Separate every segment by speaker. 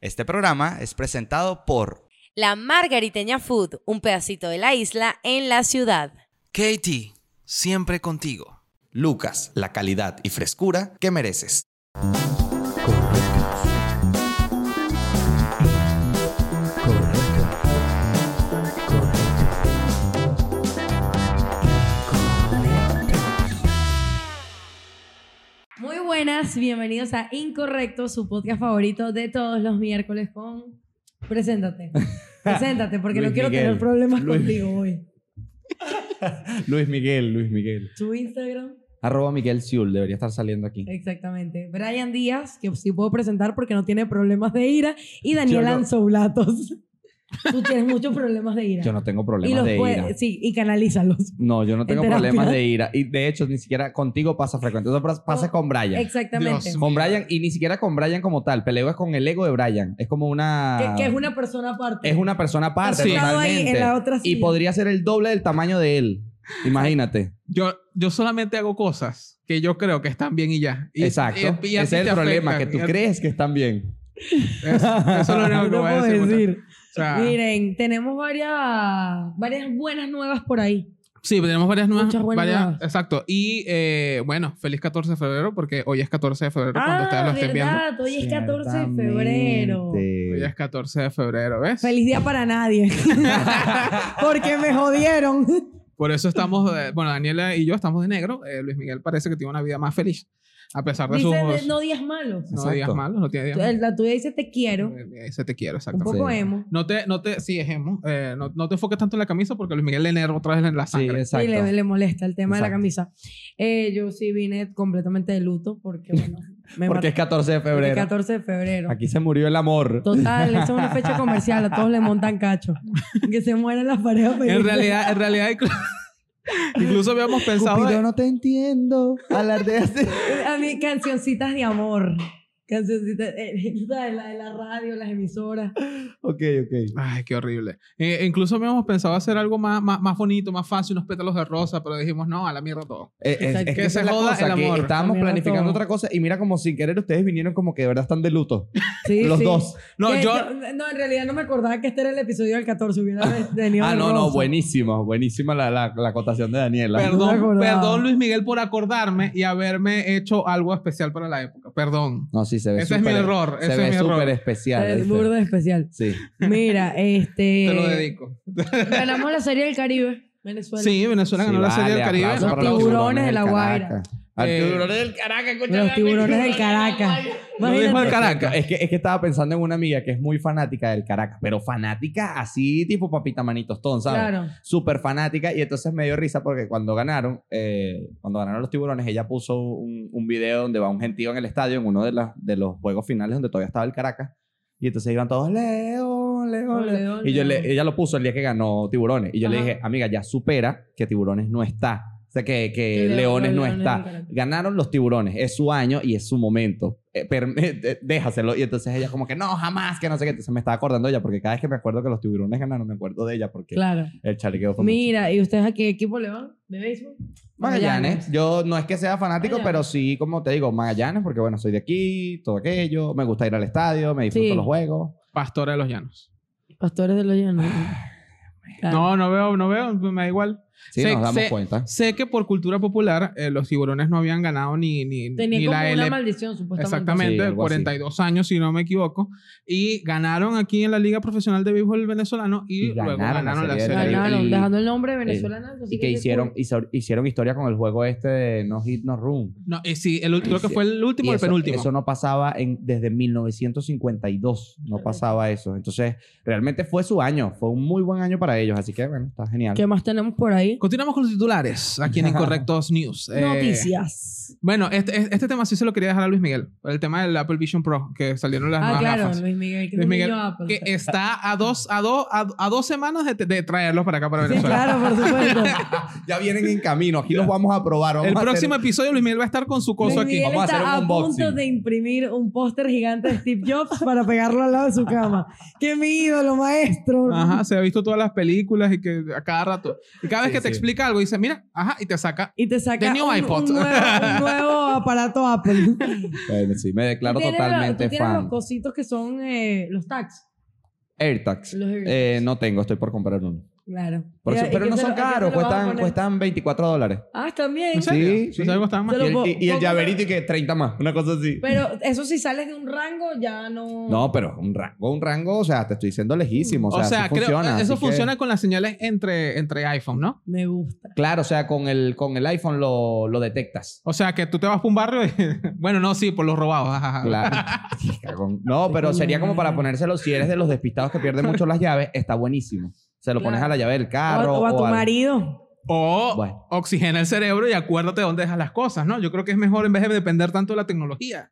Speaker 1: Este programa es presentado por
Speaker 2: La Margariteña Food, un pedacito de la isla en la ciudad.
Speaker 3: Katie, siempre contigo.
Speaker 1: Lucas, la calidad y frescura que mereces.
Speaker 2: Muy buenas, bienvenidos a Incorrecto, su podcast favorito de todos los miércoles con... Preséntate, preséntate, porque no
Speaker 4: Luis
Speaker 2: quiero
Speaker 4: Miguel.
Speaker 2: tener problemas
Speaker 4: Luis-
Speaker 2: contigo hoy.
Speaker 4: Luis Miguel, Luis Miguel.
Speaker 2: Tu Instagram,
Speaker 4: Arroba Miguel Siul, debería estar saliendo aquí.
Speaker 2: exactamente. Brian Díaz, que sí puedo presentar porque no tiene problemas de ira. Y Daniel
Speaker 4: Yo no.
Speaker 2: Anzoulatos. Tú tienes muchos problemas de ira.
Speaker 4: Yo no tengo
Speaker 2: y
Speaker 4: problemas
Speaker 2: los
Speaker 4: de
Speaker 2: puedes-
Speaker 4: ira.
Speaker 2: Sí, y canalízalos.
Speaker 4: No, yo no tengo
Speaker 2: terapia.
Speaker 4: problemas de ira. Y de hecho, ni siquiera contigo pasa frecuente. Eso pas- pasa
Speaker 2: No.
Speaker 4: con Brian.
Speaker 2: Exactamente.
Speaker 3: Dios mío.
Speaker 4: Con Brian, y ni siquiera con Brian como tal. Peleo es con el ego de Brian. Es como
Speaker 2: que,
Speaker 4: una.
Speaker 2: que es una persona aparte.
Speaker 4: es una persona aparte.
Speaker 2: Sí. Sentado ahí en
Speaker 4: Totalmente.
Speaker 2: la otra
Speaker 4: y
Speaker 2: silla.
Speaker 4: podría ser el doble del tamaño de él. Imagínate.
Speaker 5: Yo, yo solamente hago cosas que yo creo que están bien y ya. Y-
Speaker 4: Exacto.
Speaker 5: y- y a ti
Speaker 4: Ese es
Speaker 5: te
Speaker 4: el problema,
Speaker 5: afecta.
Speaker 4: que tú
Speaker 5: Y a-
Speaker 4: crees que están bien.
Speaker 5: Eso es lo único
Speaker 2: No
Speaker 5: que voy a
Speaker 2: puedo
Speaker 5: decir. muchachos.
Speaker 2: decir.
Speaker 5: O
Speaker 4: Ah.
Speaker 5: sea,
Speaker 2: Miren, tenemos varias, varias buenas nuevas por ahí.
Speaker 5: sí, tenemos varias nuevas.
Speaker 2: Muchas buenas
Speaker 5: varias-
Speaker 2: nuevas.
Speaker 5: Exacto. Y eh, bueno, feliz 14 de febrero, porque hoy es 14 de febrero cuando ustedes lo estén viendo.
Speaker 2: Ah, verdad. Hoy es 14 de febrero.
Speaker 5: Hoy es 14 de febrero, ¿ves?
Speaker 2: Feliz día para nadie. Porque me jodieron.
Speaker 5: Por eso estamos, eh, bueno, Daniela y yo estamos de negro. Eh, Luis Miguel parece que tiene una vida más feliz, a
Speaker 4: Ah,
Speaker 5: pesar
Speaker 4: pues
Speaker 5: de
Speaker 2: Dice
Speaker 5: sus.
Speaker 2: no días malos.
Speaker 5: no días
Speaker 4: Exacto.
Speaker 5: malos, no tiene días
Speaker 2: Tú-
Speaker 5: malos.
Speaker 2: La tuya dice te quiero.
Speaker 5: Eh, Ese te quiero,
Speaker 2: Un
Speaker 5: exactamente.
Speaker 2: poco
Speaker 4: Sí.
Speaker 2: emo.
Speaker 5: No te, no te, sí, es emo. Eh, no, no te enfoques tanto en la camisa porque Luis Miguel le enerva otra vez en la
Speaker 4: Sí,
Speaker 5: sangre.
Speaker 2: Sí, le,
Speaker 4: exacto.
Speaker 2: le molesta el tema de la
Speaker 4: Exacto.
Speaker 2: camisa. Eh, yo sí vine completamente de luto porque, bueno, me
Speaker 4: Porque
Speaker 2: mataron.
Speaker 4: es 14 de
Speaker 2: Porque
Speaker 4: febrero.
Speaker 2: 14 de febrero.
Speaker 4: Aquí se murió el amor.
Speaker 2: Total, eso es una fecha comercial, a todos le montan cacho. Que se mueran las parejas felices.
Speaker 5: En realidad, en realidad, inclu- incluso habíamos pensado.
Speaker 4: Cupido,
Speaker 5: de-
Speaker 4: no te entiendo. Alardeas de-
Speaker 2: A mí, cancioncitas de amor. Cancioncitas eh, la de la, de la radio, las emisoras.
Speaker 4: ok, ok.
Speaker 5: Ay, qué horrible. Eh, incluso habíamos pensado hacer algo más, más, más bonito, más fácil, unos pétalos de rosa, pero dijimos, no, a la mierda todo.
Speaker 4: Eh, es, es que,
Speaker 5: Que
Speaker 4: esa
Speaker 5: se
Speaker 4: es la
Speaker 5: joda
Speaker 4: cosa,
Speaker 5: el
Speaker 4: que
Speaker 5: amor.
Speaker 4: estábamos
Speaker 2: Mira
Speaker 4: planificando
Speaker 2: todo.
Speaker 4: otra cosa y mira como sin querer ustedes vinieron como que de verdad están de luto.
Speaker 2: Sí,
Speaker 4: Los
Speaker 2: sí.
Speaker 4: dos.
Speaker 5: No,
Speaker 2: Que
Speaker 5: yo.
Speaker 2: No, en realidad no me acordaba que este era el episodio del 14. Hubiera venido
Speaker 4: Ah, no, no,
Speaker 2: rosa.
Speaker 4: buenísimo. Buenísima la, la, la acotación de Daniela.
Speaker 2: No me
Speaker 5: Perdón,
Speaker 2: acordaba.
Speaker 5: perdón, Luis Miguel, por acordarme y haberme hecho algo especial para la época. Perdón.
Speaker 4: No, sí, se ve
Speaker 5: Ese es mi
Speaker 4: súper-
Speaker 5: error,
Speaker 4: Se
Speaker 5: ese
Speaker 4: ve
Speaker 5: es mi error.
Speaker 4: súper
Speaker 2: Es
Speaker 4: especial. ¿viste?
Speaker 2: burda especial.
Speaker 4: Sí.
Speaker 2: Mira, este.
Speaker 5: Te lo dedico.
Speaker 2: Ganamos la serie del Caribe, Venezuela.
Speaker 5: Sí, Venezuela ganó
Speaker 4: Sí,
Speaker 5: la
Speaker 4: vale,
Speaker 5: Serie del Caribe.
Speaker 4: aplauso para
Speaker 2: Los
Speaker 4: los
Speaker 2: tiburones de la
Speaker 4: Caracas.
Speaker 2: Guaira.
Speaker 4: Al
Speaker 5: Eh,
Speaker 4: tiburón
Speaker 2: Los tiburones del Caracas.
Speaker 5: Lo dijo el
Speaker 2: Imagínate.
Speaker 5: Caracas.
Speaker 4: Es que, es que estaba pensando en una amiga que es muy fanática del Caracas, pero fanática así tipo papita manitos ton, ¿sabes?
Speaker 2: Claro.
Speaker 4: Súper fanática y entonces me dio risa porque cuando ganaron, eh, cuando ganaron los tiburones, ella puso un, un video donde va un gentío en el estadio en uno de, las- de los juegos finales donde todavía estaba el Caracas y entonces iban todos León, León,
Speaker 2: Ole,
Speaker 4: León.
Speaker 2: ole,
Speaker 4: Y yo le,
Speaker 2: ole.
Speaker 4: ella lo puso el día que ganó tiburones y yo le
Speaker 2: Ajá.
Speaker 4: dije, amiga, ya supera que tiburones no está, o sea que, que
Speaker 2: Que León-
Speaker 4: leones
Speaker 2: los
Speaker 4: no
Speaker 2: Leones
Speaker 4: está.
Speaker 2: del Caracas.
Speaker 4: Ganaron los tiburones, es su año y es su momento. Eh, perm- eh, déjaselo. Y entonces ella como que no, jamás, que no sé qué. Entonces me estaba acordando de ella porque cada vez que me acuerdo que los tiburones ganaron, me acuerdo de ella porque
Speaker 2: Claro.
Speaker 4: el chalequeo fue... mucho.
Speaker 2: Mira, ¿y ustedes a qué equipo le van? ¿De béisbol?
Speaker 4: Magallanes, yo no es que sea fanático,
Speaker 2: Magallanes.
Speaker 4: pero sí, como te digo, Magallanes, porque bueno, soy de aquí, todo aquello, me gusta ir al estadio, me disfruto
Speaker 2: Sí.
Speaker 4: los juegos.
Speaker 5: Pastora de los Llanos.
Speaker 2: Pastores de los Llanos.
Speaker 4: Ah.
Speaker 2: Claro.
Speaker 5: No, no veo, no veo, me da igual.
Speaker 4: Sí,
Speaker 5: Se-
Speaker 4: nos damos
Speaker 5: se-
Speaker 4: cuenta.
Speaker 5: Sé que por cultura popular eh, los tiburones no habían ganado ni, ni,
Speaker 2: Tenían
Speaker 5: ni
Speaker 2: como
Speaker 5: la
Speaker 2: una
Speaker 5: L.
Speaker 2: maldición, supuestamente.
Speaker 4: Sí,
Speaker 5: Exactamente,
Speaker 4: algo así.
Speaker 5: 42 años si no me equivoco. Y ganaron aquí en la Liga Profesional de Béisbol Venezolano y,
Speaker 4: Y
Speaker 5: luego
Speaker 4: ganaron la
Speaker 5: ganaron la
Speaker 4: Serie
Speaker 5: serie.
Speaker 4: del Caribe.
Speaker 2: Ganaron,
Speaker 4: Y-
Speaker 2: dejando el nombre venezolano.
Speaker 4: Y que hicieron, hizo- hicieron historia con el juego este de No Hit, No Run.
Speaker 5: No, y sí, el, creo que fue el último,
Speaker 4: Y
Speaker 5: el
Speaker 4: eso,
Speaker 5: penúltimo.
Speaker 4: Eso no pasaba en, desde 1952, no
Speaker 2: Correcto.
Speaker 4: pasaba eso. Entonces, realmente fue su año, fue un muy buen año para ellos, así que bueno, está genial.
Speaker 2: ¿Qué más tenemos por ahí?
Speaker 5: Continuamos con los titulares aquí en Incorrectos News. Eh,
Speaker 2: Noticias.
Speaker 5: Bueno, este, este- este tema sí se lo quería dejar a Luis Miguel. El tema del Apple Vision Pro, que salieron las
Speaker 2: Ah,
Speaker 5: nuevas
Speaker 2: claro,
Speaker 5: gafas.
Speaker 2: Luis Miguel. Que
Speaker 5: Luis
Speaker 2: es un
Speaker 5: Miguel,
Speaker 2: niño Apple.
Speaker 5: Que está a dos, a dos, a, a dos semanas de, de traerlos para acá para
Speaker 2: Sí,
Speaker 5: Venezuela.
Speaker 2: claro, por supuesto.
Speaker 4: ya vienen en camino, aquí los vamos a probar. vamos
Speaker 5: El
Speaker 4: a hacer-
Speaker 5: próximo episodio Luis Miguel va a estar con su coso
Speaker 2: Luis
Speaker 5: aquí.
Speaker 2: Miguel
Speaker 4: Vamos a
Speaker 2: está
Speaker 4: hacer un
Speaker 2: a, punto
Speaker 4: unboxing.
Speaker 2: de imprimir un póster gigante de Steve Jobs para pegarlo al lado de su cama. ¡Qué mi ídolo, maestro!
Speaker 5: Ajá, se ha visto todas las películas y que a cada rato. Y cada vez
Speaker 4: Sí,
Speaker 5: que
Speaker 4: sí.
Speaker 5: te explica algo dice, mira, ajá, y te saca.
Speaker 2: Y te saca
Speaker 5: The
Speaker 2: un,
Speaker 5: new iPod.
Speaker 2: un nuevo, un nuevo aparato Apple.
Speaker 4: Bueno, sí, me declaro
Speaker 2: Tienes lo-
Speaker 4: totalmente
Speaker 2: tú tienes
Speaker 4: fan.
Speaker 2: los cositos que son eh, los tags.
Speaker 4: AirTags.
Speaker 2: Los AirTags.
Speaker 4: Eh, no tengo, estoy por comprar uno.
Speaker 2: Claro.
Speaker 4: Por
Speaker 2: Y-
Speaker 4: eso-
Speaker 2: y
Speaker 4: pero
Speaker 2: que
Speaker 4: no
Speaker 2: se
Speaker 4: son
Speaker 2: lo- que se
Speaker 4: caros,
Speaker 2: lo vas a
Speaker 4: cuestan,
Speaker 2: poner.
Speaker 4: cuestan 24 dólares.
Speaker 2: Ah, también.
Speaker 5: ¿En serio?
Speaker 4: Sí, sí.
Speaker 5: ¿No sabes costaban más?
Speaker 4: Y
Speaker 2: Pero
Speaker 4: el,
Speaker 2: po-
Speaker 4: y- y el
Speaker 2: poco-
Speaker 4: llaverito y que 30 más, una cosa así.
Speaker 2: Pero eso si sales de un rango ya no...
Speaker 4: No, pero un rango, un rango, o sea, te estoy diciendo lejísimo. O sea, sí
Speaker 5: creo eh,
Speaker 4: funciona,
Speaker 5: eso
Speaker 4: así que-
Speaker 5: funciona con las señales entre, entre iPhone, ¿no?
Speaker 2: Me gusta.
Speaker 4: Claro, o sea, con el, con el iPhone lo, lo detectas.
Speaker 5: O sea, que tú te vas para un barrio y... Bueno, no, sí, por los robados. ajá, ajá.
Speaker 4: Claro. Cagón. no, pero sería como para ponérselo si eres de los despistados que pierden mucho las llaves, está buenísimo. Se lo pones a la llave del carro.
Speaker 2: o, a- o a tu
Speaker 4: al-
Speaker 2: marido.
Speaker 5: O
Speaker 4: Bueno.
Speaker 5: oxigena el cerebro y acuérdate dónde dejas las cosas, ¿no? Yo creo que es mejor en vez de depender tanto de la tecnología.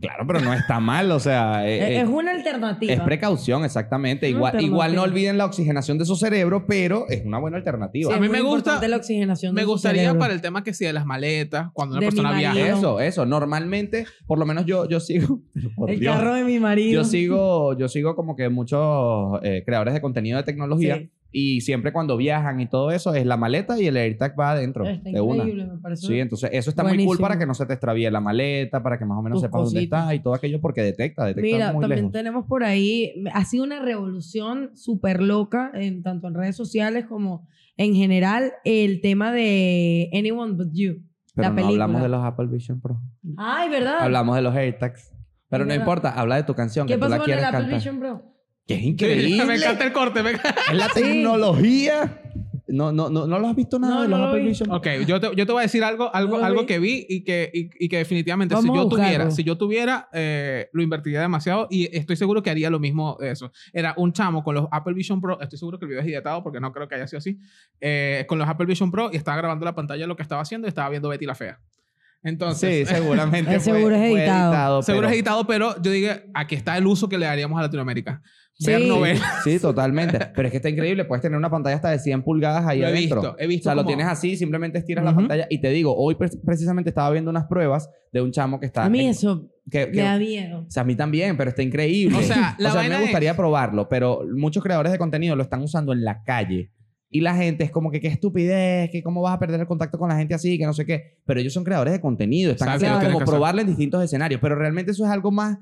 Speaker 4: Claro, pero no está mal, o sea. eh,
Speaker 2: Es,
Speaker 4: eh,
Speaker 2: Mm, es una alternativa.
Speaker 4: Es precaución, exactamente.
Speaker 2: Una
Speaker 4: Igual,
Speaker 2: alternativa.
Speaker 4: igual no olviden la oxigenación de su cerebro, pero es una buena alternativa.
Speaker 2: Sí,
Speaker 5: A mí
Speaker 2: es muy
Speaker 5: me gusta-
Speaker 2: importante la oxigenación
Speaker 5: Me
Speaker 2: de su
Speaker 5: gustaría
Speaker 2: cerebro.
Speaker 5: para el tema que sí de las maletas, cuando una
Speaker 2: De mi
Speaker 5: persona
Speaker 2: marido.
Speaker 5: viaja.
Speaker 4: Eso, eso. Normalmente, por lo menos yo, yo sigo. por
Speaker 2: El
Speaker 4: Dios.
Speaker 2: carro de mi marido.
Speaker 4: Yo sigo, yo sigo como que muchos eh, creadores de contenido de tecnología
Speaker 2: Sí.
Speaker 4: y siempre cuando viajan y todo eso es la maleta y el AirTag va adentro
Speaker 2: Está
Speaker 4: de una.
Speaker 2: increíble, me parece.
Speaker 4: Sí, entonces eso está muy cool
Speaker 2: Buenísimo.
Speaker 4: para que no se te extravíe la maleta, para que más o menos
Speaker 2: Tus
Speaker 4: sepas dónde
Speaker 2: cositas.
Speaker 4: está y todo aquello porque detecta, detecta
Speaker 2: Mira,
Speaker 4: muy
Speaker 2: también
Speaker 4: lejos.
Speaker 2: tenemos por ahí, ha sido una revolución súper loca, en, tanto en redes sociales como en general, el tema de Anyone But You.
Speaker 4: Pero
Speaker 2: la
Speaker 4: no
Speaker 2: película.
Speaker 4: hablamos de los Apple Vision Pro.
Speaker 2: Ay, ¿verdad?
Speaker 4: Hablamos de los AirTags. Pero no
Speaker 2: ¿Verdad?
Speaker 4: importa, habla de tu canción que
Speaker 2: ¿Qué
Speaker 4: tú la
Speaker 2: pasó con el
Speaker 4: quieres
Speaker 2: Apple
Speaker 4: cantar.
Speaker 2: Vision Pro?
Speaker 4: Que es
Speaker 5: Sí,
Speaker 4: increíble.
Speaker 5: me encanta el corte. me encanta.
Speaker 4: Es la tecnología. No, no, no, no lo has visto nada
Speaker 2: No,
Speaker 4: de
Speaker 2: no
Speaker 4: los
Speaker 2: lo
Speaker 4: Apple
Speaker 2: vi.
Speaker 4: Vision Pro.
Speaker 5: Ok, yo te, yo te voy a decir algo, algo,
Speaker 2: Lo
Speaker 5: algo
Speaker 2: vi.
Speaker 5: que vi y que, y, y que definitivamente si
Speaker 2: Vamos a
Speaker 5: yo,
Speaker 2: buscarlo.
Speaker 5: tuviera, si yo tuviera, eh, lo invertiría demasiado y estoy seguro que haría lo mismo de eso. Era un chamo con los Apple Vision Pro, estoy seguro que el video es editado porque no creo que haya sido así, eh, con los Apple Vision Pro y estaba grabando la pantalla de lo que estaba haciendo y estaba viendo Betty la Fea.
Speaker 4: Sí,
Speaker 5: Entonces,
Speaker 4: seguramente.
Speaker 2: Eh,
Speaker 4: fue-
Speaker 2: seguro es
Speaker 4: fue
Speaker 2: editado.
Speaker 5: seguro
Speaker 4: pero-
Speaker 5: es editado, pero yo dije, aquí está el uso que le daríamos a Latinoamérica. Ver
Speaker 2: Sí.
Speaker 5: novelas.
Speaker 4: Sí, totalmente. Pero es que está increíble. Puedes tener una pantalla hasta de 100 pulgadas ahí
Speaker 5: Lo he
Speaker 4: adentro.
Speaker 5: visto, he visto
Speaker 4: O sea, lo
Speaker 5: como-
Speaker 4: tienes así, simplemente estiras la
Speaker 5: Ujú.
Speaker 4: pantalla. Y te digo, hoy pre- precisamente estaba viendo unas pruebas de un chamo que está.
Speaker 2: A mí
Speaker 4: en-
Speaker 2: eso
Speaker 4: que- que-
Speaker 2: me da miedo.
Speaker 4: o sea, a mí también, pero está increíble.
Speaker 5: O sea, la
Speaker 4: a mí
Speaker 5: vaina
Speaker 4: me
Speaker 5: es-
Speaker 4: gustaría probarlo, pero muchos creadores de contenido lo están usando en la calle. Y la gente es como que qué estupidez, que cómo vas a perder el contacto con la gente así, que no sé qué. Pero ellos son creadores de contenido, están
Speaker 5: Saben
Speaker 4: haciendo
Speaker 5: lo que
Speaker 4: como
Speaker 5: tienen que hacer.
Speaker 4: probarlo en distintos escenarios. Pero realmente eso es algo más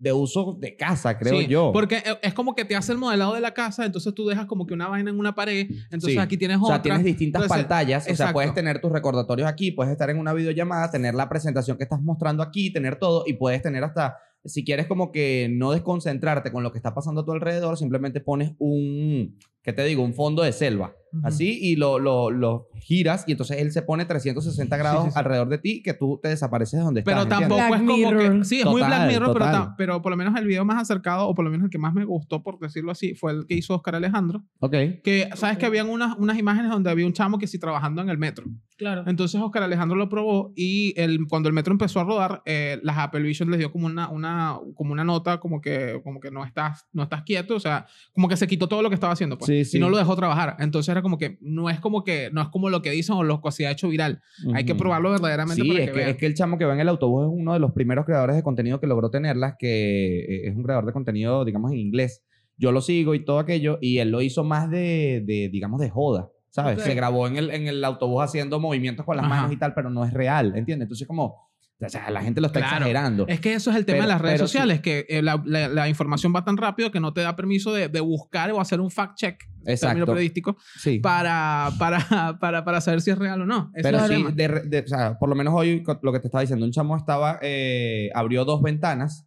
Speaker 4: de uso de casa, creo
Speaker 5: Sí,
Speaker 4: yo.
Speaker 5: Porque eh, es como que te hace el modelado de la casa, entonces tú dejas como que una vaina en una pared, entonces
Speaker 4: Sí.
Speaker 5: aquí tienes
Speaker 4: O
Speaker 5: otra.
Speaker 4: sea, tienes distintas
Speaker 5: Entonces,
Speaker 4: pantallas. O sea,
Speaker 5: exacto.
Speaker 4: puedes tener tus recordatorios aquí, puedes estar en una videollamada, tener la presentación que estás mostrando aquí, tener todo y puedes tener hasta, si quieres como que no desconcentrarte con lo que está pasando a tu alrededor, simplemente pones un, ¿qué te digo? Un fondo de selva.
Speaker 5: Ujú.
Speaker 4: Así y lo, lo, lo giras y entonces él se pone 360 grados
Speaker 5: Sí, sí, sí.
Speaker 4: alrededor de ti que tú te desapareces de donde estás.
Speaker 5: Pero
Speaker 4: ¿entiendes?
Speaker 5: tampoco
Speaker 2: Black
Speaker 5: es como que.
Speaker 2: Mirror.
Speaker 5: Sí, es muy
Speaker 4: Total,
Speaker 5: Black Mirror, pero,
Speaker 4: total.
Speaker 5: tam- pero por lo menos el video más acercado, o por lo menos el que más me gustó, por decirlo así, fue el que hizo Oscar Alejandro.
Speaker 4: Ok.
Speaker 5: Que, ¿sabes? Que habían unas, unas imágenes donde había un chamo que sí trabajando en el metro.
Speaker 2: Claro.
Speaker 5: Entonces Oscar Alejandro lo probó y el, cuando el metro empezó a rodar, eh, las Apple Vision les dio como una, una, como una nota como que, como que no, estás, no estás quieto, o sea, como que se quitó todo lo que estaba haciendo pues,
Speaker 4: Sí, sí.
Speaker 5: y no lo dejó trabajar. Entonces era como que no es como que no es como lo que dicen o lo que se ha hecho viral. Hay que
Speaker 4: Ujú.
Speaker 5: probarlo verdaderamente
Speaker 4: Sí,
Speaker 5: para
Speaker 4: es
Speaker 5: que,
Speaker 4: que,
Speaker 5: vean.
Speaker 4: es que el chamo que va en el autobús es uno de los primeros creadores de contenido que logró tenerlas, que eh, es un creador de contenido, digamos, en inglés. Yo lo sigo y todo aquello, y él lo hizo más de, de, digamos, de joda, ¿sabes?
Speaker 2: Ok.
Speaker 4: Se grabó en el, en el autobús haciendo movimientos con las
Speaker 5: Ajá.
Speaker 4: manos y tal, pero no es real, ¿entiendes? Entonces, como, o sea, la gente lo está
Speaker 5: Claro.
Speaker 4: exagerando.
Speaker 5: Es que eso es el tema
Speaker 4: Pero-
Speaker 5: de las redes
Speaker 4: pero
Speaker 5: sociales, que eh, la, la- la información va tan rápido que no te da permiso de, de buscar o hacer un fact check, término
Speaker 4: Exacto.
Speaker 5: periodístico,
Speaker 4: Sí.
Speaker 5: para, para, para, para saber si es real o no. Ese
Speaker 4: Pero
Speaker 5: es el
Speaker 4: sí,
Speaker 5: tema.
Speaker 4: de re- de- o sea, por lo menos hoy co- lo que te estaba diciendo, un chamo estaba, eh, abrió dos ventanas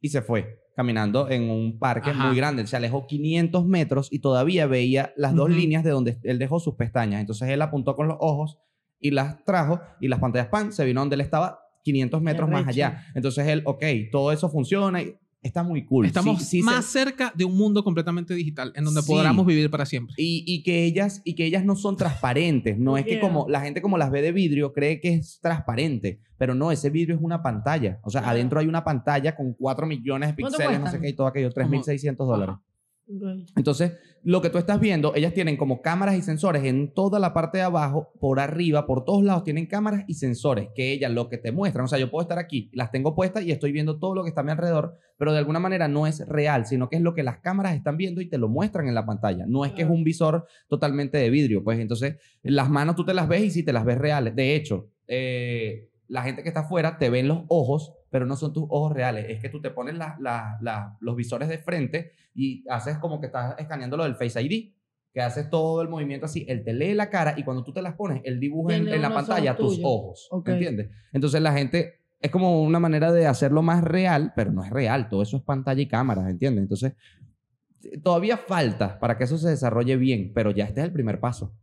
Speaker 4: y se fue caminando en un parque
Speaker 5: Ajá.
Speaker 4: muy grande. Se alejó 500 metros y todavía veía las dos
Speaker 5: Ujú.
Speaker 4: líneas de donde él dejó sus pestañas. Entonces él apuntó con los ojos y las trajo y las pantallas pan se vino donde él estaba 500 metros más
Speaker 2: arrecho.
Speaker 4: allá. Entonces él, ok, todo eso funciona y está muy cool. Sí,
Speaker 5: Estamos
Speaker 4: sí se-
Speaker 5: más cerca de un mundo completamente digital en donde
Speaker 4: Sí.
Speaker 5: podamos vivir para siempre.
Speaker 4: y, y que ellas y que ellas no son transparentes no es que
Speaker 2: Yeah.
Speaker 4: como la gente como las ve de vidrio cree que es transparente pero no ese vidrio es una pantalla o sea
Speaker 2: Claro.
Speaker 4: adentro hay una pantalla con 4 millones de
Speaker 2: ¿Cuánto
Speaker 4: píxeles no sé
Speaker 2: cuestan?
Speaker 4: qué y todo aquello 3.600 dólares
Speaker 2: Ok.
Speaker 4: entonces lo que tú estás viendo ellas tienen como cámaras y sensores en toda la parte de abajo por arriba por todos lados tienen cámaras y sensores que ellas lo que te muestran o sea yo puedo estar aquí las tengo puestas y estoy viendo todo lo que está a mi alrededor pero de alguna manera no es real, sino que es lo que las cámaras están viendo y te lo muestran en la pantalla. No es que es un visor totalmente de vidrio, pues entonces las manos tú te las ves y sí te las ves reales. De hecho, eh, la gente que está afuera te ven los ojos, pero no son tus ojos reales. Es que tú te pones la- la- la- los visores de frente y haces como que estás escaneando lo del Face ID, que haces todo el movimiento así. Él te lee la cara y cuando tú te las pones, él dibuja en,
Speaker 2: Tiene
Speaker 4: en la
Speaker 2: unos ojos
Speaker 4: pantalla tus
Speaker 2: tuyos.
Speaker 4: ojos.
Speaker 2: Ok.
Speaker 4: ¿Entiendes? Entonces la gente es como una manera de hacerlo más real, pero no es real. Todo eso es pantalla y cámaras, ¿entiendes? Entonces todavía falta para que eso se desarrolle bien, pero ya este es el primer paso.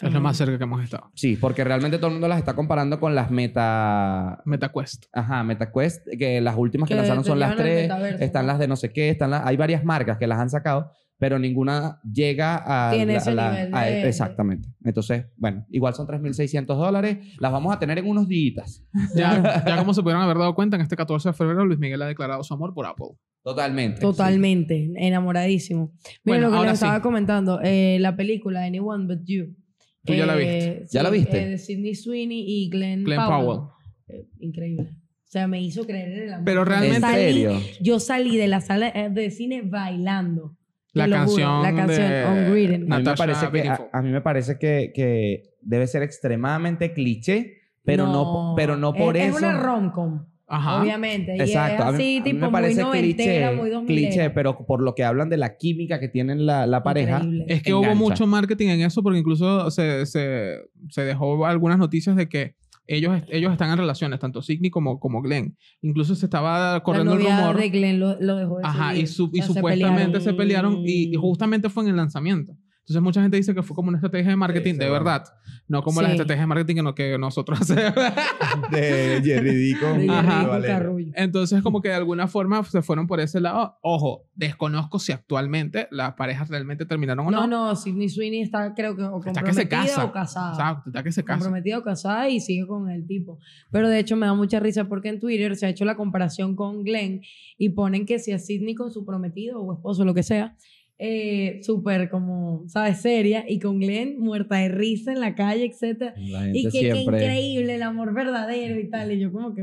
Speaker 5: Es lo más cerca que hemos estado.
Speaker 4: Sí, porque realmente todo el mundo las está comparando con las meta...
Speaker 5: MetaQuest.
Speaker 4: Ajá, MetaQuest, que las últimas que,
Speaker 2: Que
Speaker 4: lanzaron son las
Speaker 2: tenían el
Speaker 4: tres,
Speaker 2: metaverso,
Speaker 4: están
Speaker 2: ¿no?
Speaker 4: las de no sé qué, están las, hay varias marcas que las han sacado, pero ninguna llega a...
Speaker 2: Tiene
Speaker 4: la-
Speaker 2: ese
Speaker 4: a la-
Speaker 2: nivel
Speaker 4: a- e,
Speaker 2: de-
Speaker 4: exactamente. Entonces, bueno, igual son 3.600 dólares, las vamos a tener en unos días.
Speaker 5: Ya, ya como se pudieron haber dado cuenta, en este 14 de febrero Luis Miguel ha declarado su amor por Apple.
Speaker 4: Totalmente.
Speaker 2: Totalmente, enamoradísimo. Mira
Speaker 5: Bueno,
Speaker 2: lo que
Speaker 5: ahora
Speaker 2: les
Speaker 5: sí.
Speaker 2: estaba comentando, eh, la película Anyone But You.
Speaker 5: Tú ya la
Speaker 2: Eh,
Speaker 5: viste.
Speaker 4: ¿Ya la
Speaker 2: sí,
Speaker 4: viste?
Speaker 2: eh, de Sidney Sweeney y Glenn,
Speaker 5: Glenn Powell.
Speaker 2: Eh, increíble. O sea, me hizo creer en el amor.
Speaker 5: Pero realmente-
Speaker 4: ¿En
Speaker 2: Salí-
Speaker 4: serio?
Speaker 2: Yo salí de la sala eh, de cine bailando. Te
Speaker 5: La
Speaker 2: lo juro,
Speaker 5: canción,
Speaker 2: La canción
Speaker 5: de-
Speaker 2: On Greeting.
Speaker 4: A mí me
Speaker 5: Natasha
Speaker 4: parece que, a,
Speaker 5: Bedingfield.
Speaker 4: a mí me parece que, que debe ser extremadamente cliché, pero no, pero no por
Speaker 2: es,
Speaker 4: eso.
Speaker 2: Es una romcom,
Speaker 5: Ajá.
Speaker 2: obviamente. y
Speaker 4: Exacto,
Speaker 2: es
Speaker 4: a mí-
Speaker 2: así,
Speaker 4: a mí
Speaker 2: tipo,
Speaker 4: me parece
Speaker 2: muy
Speaker 4: cliché,
Speaker 2: noventera, muy dos
Speaker 4: cliché, pero por lo que hablan de la química que tienen la, la pareja,
Speaker 5: Es que hubo
Speaker 4: Engancha.
Speaker 5: mucho marketing en eso porque incluso se, se, se dejó algunas noticias de que ellos, ellos están en relaciones, tanto Signy como, como Glenn. Incluso se estaba corriendo
Speaker 2: la
Speaker 5: el
Speaker 2: novia
Speaker 5: rumor.
Speaker 2: de Glenn lo, lo dejó de
Speaker 5: Ajá,
Speaker 2: seguir.
Speaker 5: y, su-
Speaker 2: O
Speaker 5: y
Speaker 2: sea, se
Speaker 5: supuestamente se pelearon y, y
Speaker 2: Mm.
Speaker 5: justamente fue en el lanzamiento. Entonces mucha gente dice que fue como una estrategia de marketing, de
Speaker 4: seguro.
Speaker 5: verdad. No como las
Speaker 2: Sí.
Speaker 5: estrategias de marketing que, no- que nosotros hacemos.
Speaker 4: de Jerry D con
Speaker 2: Sí,
Speaker 5: Ajá. Eh,
Speaker 2: Enrico
Speaker 4: Valero.
Speaker 2: Carrullo.
Speaker 5: Entonces, como que de alguna forma se fueron por ese lado. Ojo, desconozco si actualmente las parejas realmente terminaron o no.
Speaker 2: No, no, Sidney Sweeney está, creo que, o comprometida
Speaker 5: Está que se casa.
Speaker 2: o casada.
Speaker 5: Exacto, ya que se casan.
Speaker 2: Comprometida o casada y sigue con el tipo. Pero de hecho me da mucha risa porque en Twitter se ha hecho la comparación con Glenn y ponen que si a Sidney con su prometido o esposo, lo que sea, eh, súper como, ¿sabes? Seria y con Glenn muerta de risa en la calle, etcétera
Speaker 4: La
Speaker 2: Y
Speaker 4: gente
Speaker 2: que, que
Speaker 4: siempre.
Speaker 2: increíble el amor verdadero y tal. Y yo como que...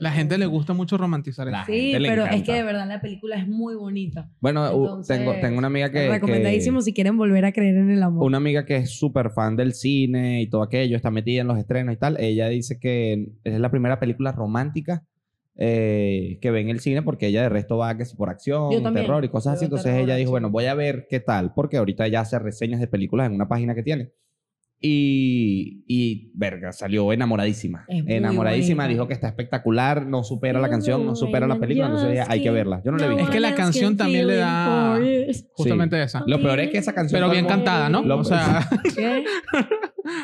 Speaker 5: La gente le gusta mucho romantizar
Speaker 4: La
Speaker 5: eso.
Speaker 2: Sí,
Speaker 4: gente le
Speaker 2: pero es
Speaker 4: encanta.
Speaker 2: que de verdad la película es muy bonita.
Speaker 4: Bueno, u-
Speaker 2: Entonces,
Speaker 4: tengo, tengo una amiga que.
Speaker 2: Recomendadísimo si quieren volver a creer en el
Speaker 4: que-
Speaker 2: amor.
Speaker 4: Una amiga que es súper fan del cine y todo aquello, está metida en los estrenos y tal. Ella dice que es la primera película romántica eh, que ve en el cine porque ella de resto va que si por acción,
Speaker 2: Yo también.
Speaker 4: terror y cosas
Speaker 2: Yo
Speaker 4: así. Entonces
Speaker 2: terror,
Speaker 4: ella dijo, bueno,
Speaker 2: acción.
Speaker 4: voy a ver qué tal, porque ahorita ella hace reseñas de películas en una página que tiene. Y, y verga, salió enamoradísima.
Speaker 2: Es muy
Speaker 4: enamoradísima,
Speaker 2: bonita.
Speaker 4: dijo que está espectacular, no supera la
Speaker 2: You're
Speaker 4: canción, no
Speaker 2: the
Speaker 4: supera la
Speaker 2: one
Speaker 4: película, entonces ella,
Speaker 2: just
Speaker 4: hay que
Speaker 2: keep-
Speaker 4: verla. Yo no la vi.
Speaker 2: No
Speaker 5: Es que la
Speaker 2: one else
Speaker 5: canción
Speaker 2: can
Speaker 5: también le
Speaker 2: feel
Speaker 5: da-
Speaker 2: it for you.
Speaker 5: Justamente esa.
Speaker 4: Ah, Lo peor es que esa canción.
Speaker 5: Pero
Speaker 4: todo el
Speaker 5: bien
Speaker 4: mundo-
Speaker 5: cantada, ¿no?
Speaker 4: Lo-
Speaker 5: O sea,
Speaker 2: ¿Qué?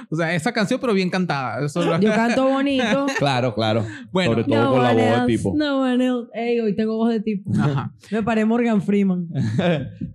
Speaker 5: o sea, esa canción, pero bien cantada. Eso es lo-
Speaker 2: Yo canto bonito.
Speaker 4: Claro, claro.
Speaker 5: Bueno.
Speaker 4: Sobre todo con la
Speaker 2: one
Speaker 4: voz de
Speaker 2: else,
Speaker 4: tipo. Ah.
Speaker 2: No one else. Ey, hoy tengo voz de tipo.
Speaker 5: Ajá.
Speaker 2: Me paré Morgan Freeman.
Speaker 4: Que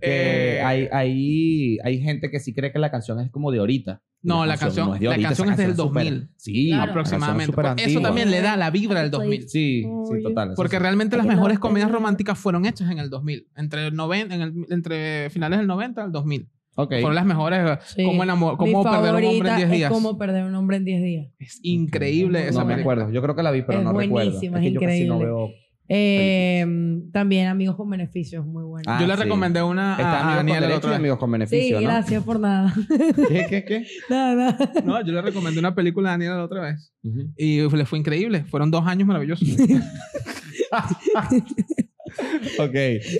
Speaker 5: Eh,
Speaker 4: hay, hay, hay gente que sí cree que la canción es como de ahorita. Y
Speaker 5: No, la canción-
Speaker 4: no de
Speaker 5: la
Speaker 4: ahorita,
Speaker 5: canción
Speaker 4: esa
Speaker 5: es del
Speaker 4: súper-
Speaker 5: 2000.
Speaker 4: sí, la canción
Speaker 2: Claro.
Speaker 4: es
Speaker 5: aproximadamente.
Speaker 4: súper
Speaker 5: Pues Eso
Speaker 4: antigua.
Speaker 5: también le da la vibra del 2000.
Speaker 4: Sí, sí,
Speaker 2: Oye.
Speaker 4: total. eso
Speaker 5: Porque
Speaker 4: sí.
Speaker 5: realmente las
Speaker 2: Oye, la
Speaker 5: mejores
Speaker 2: otra-
Speaker 5: comedias románticas fueron hechas en el 2000. Entre, el noven- en el- entre finales del 90 al 2000.
Speaker 4: Ok.
Speaker 5: Fueron las mejores. eh,
Speaker 2: Sí.
Speaker 5: ¿Cómo, enamo-
Speaker 2: Mi
Speaker 5: cómo perder un hombre
Speaker 2: favorita
Speaker 5: en 10 días?
Speaker 2: Es como perder un hombre en 10 días.
Speaker 5: Es increíble
Speaker 2: No
Speaker 5: esa
Speaker 4: No me
Speaker 5: película.
Speaker 4: acuerdo. Yo creo que la vi, pero
Speaker 2: Es
Speaker 4: no recuerdo.
Speaker 2: buenísima,
Speaker 4: que
Speaker 2: es
Speaker 4: yo casi no
Speaker 2: increíble.
Speaker 4: veo.
Speaker 2: Eh, también Amigos con Beneficios, muy buena.
Speaker 4: Ah,
Speaker 5: Yo le
Speaker 4: sí.
Speaker 5: recomendé una
Speaker 4: Está
Speaker 5: a, a
Speaker 4: amigos
Speaker 5: Daniela
Speaker 4: con
Speaker 5: la
Speaker 4: derecho y
Speaker 5: otra vez.
Speaker 4: amigos con
Speaker 2: sí,
Speaker 4: beneficio, ¿no?
Speaker 2: gracias por nada.
Speaker 4: ¿Qué, qué, qué?
Speaker 2: nada, nada.
Speaker 5: No, yo le recomendé una película a Daniela la otra vez.
Speaker 4: Ujú.
Speaker 5: Y le fue increíble. Fueron dos años maravillosos.
Speaker 4: Ok.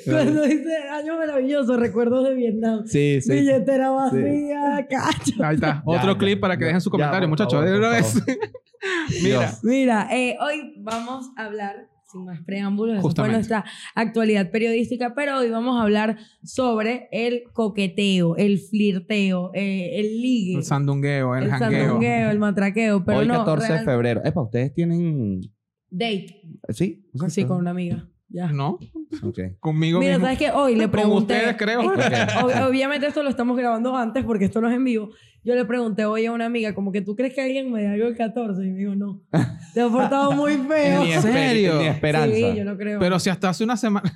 Speaker 2: Cuando dice año maravilloso, recuerdos de Vietnam.
Speaker 4: Sí, sí.
Speaker 2: Billetera vacía, cacho.
Speaker 5: Ahí está.
Speaker 4: Ya,
Speaker 5: Otro
Speaker 4: ya,
Speaker 5: clip para que
Speaker 4: ya,
Speaker 5: dejen
Speaker 4: ya,
Speaker 5: su comentario,
Speaker 4: por
Speaker 5: muchachos.
Speaker 4: favor,
Speaker 5: de una
Speaker 4: por
Speaker 5: vez.
Speaker 4: favor.
Speaker 5: Mira.
Speaker 2: Mira, eh, hoy vamos a hablar, sin más preámbulos, eso fue
Speaker 5: Justamente.
Speaker 2: nuestra actualidad periodística, pero hoy vamos a hablar sobre el coqueteo, el flirteo, eh, el ligue,
Speaker 5: El sandungueo, el,
Speaker 2: el
Speaker 5: jangueo.
Speaker 2: sandungueo, el matraqueo, pero
Speaker 4: Hoy
Speaker 2: no,
Speaker 4: 14 de
Speaker 2: real-
Speaker 4: febrero. Epa, ustedes tienen...
Speaker 2: date,
Speaker 4: Sí.
Speaker 2: sí,
Speaker 4: exacto.
Speaker 2: con una amiga, ya.
Speaker 5: ¿No?
Speaker 4: Ok.
Speaker 5: Conmigo
Speaker 2: Mira,
Speaker 5: mismo.
Speaker 2: ¿sabes qué? Hoy le
Speaker 5: Con
Speaker 2: pregunté...
Speaker 5: ustedes, creo.
Speaker 2: Esto-
Speaker 4: Ok.
Speaker 2: ob- Obviamente esto lo estamos grabando antes porque esto no es en vivo. Yo le pregunté hoy a una amiga, como que tú crees que alguien me dé algo el 14 y me dijo, no, te has portado muy feo.
Speaker 5: Ni
Speaker 4: Ni esper-
Speaker 5: serio?
Speaker 4: Ni esperanza.
Speaker 2: Sí, yo no creo.
Speaker 5: Pero si hasta hace una semana.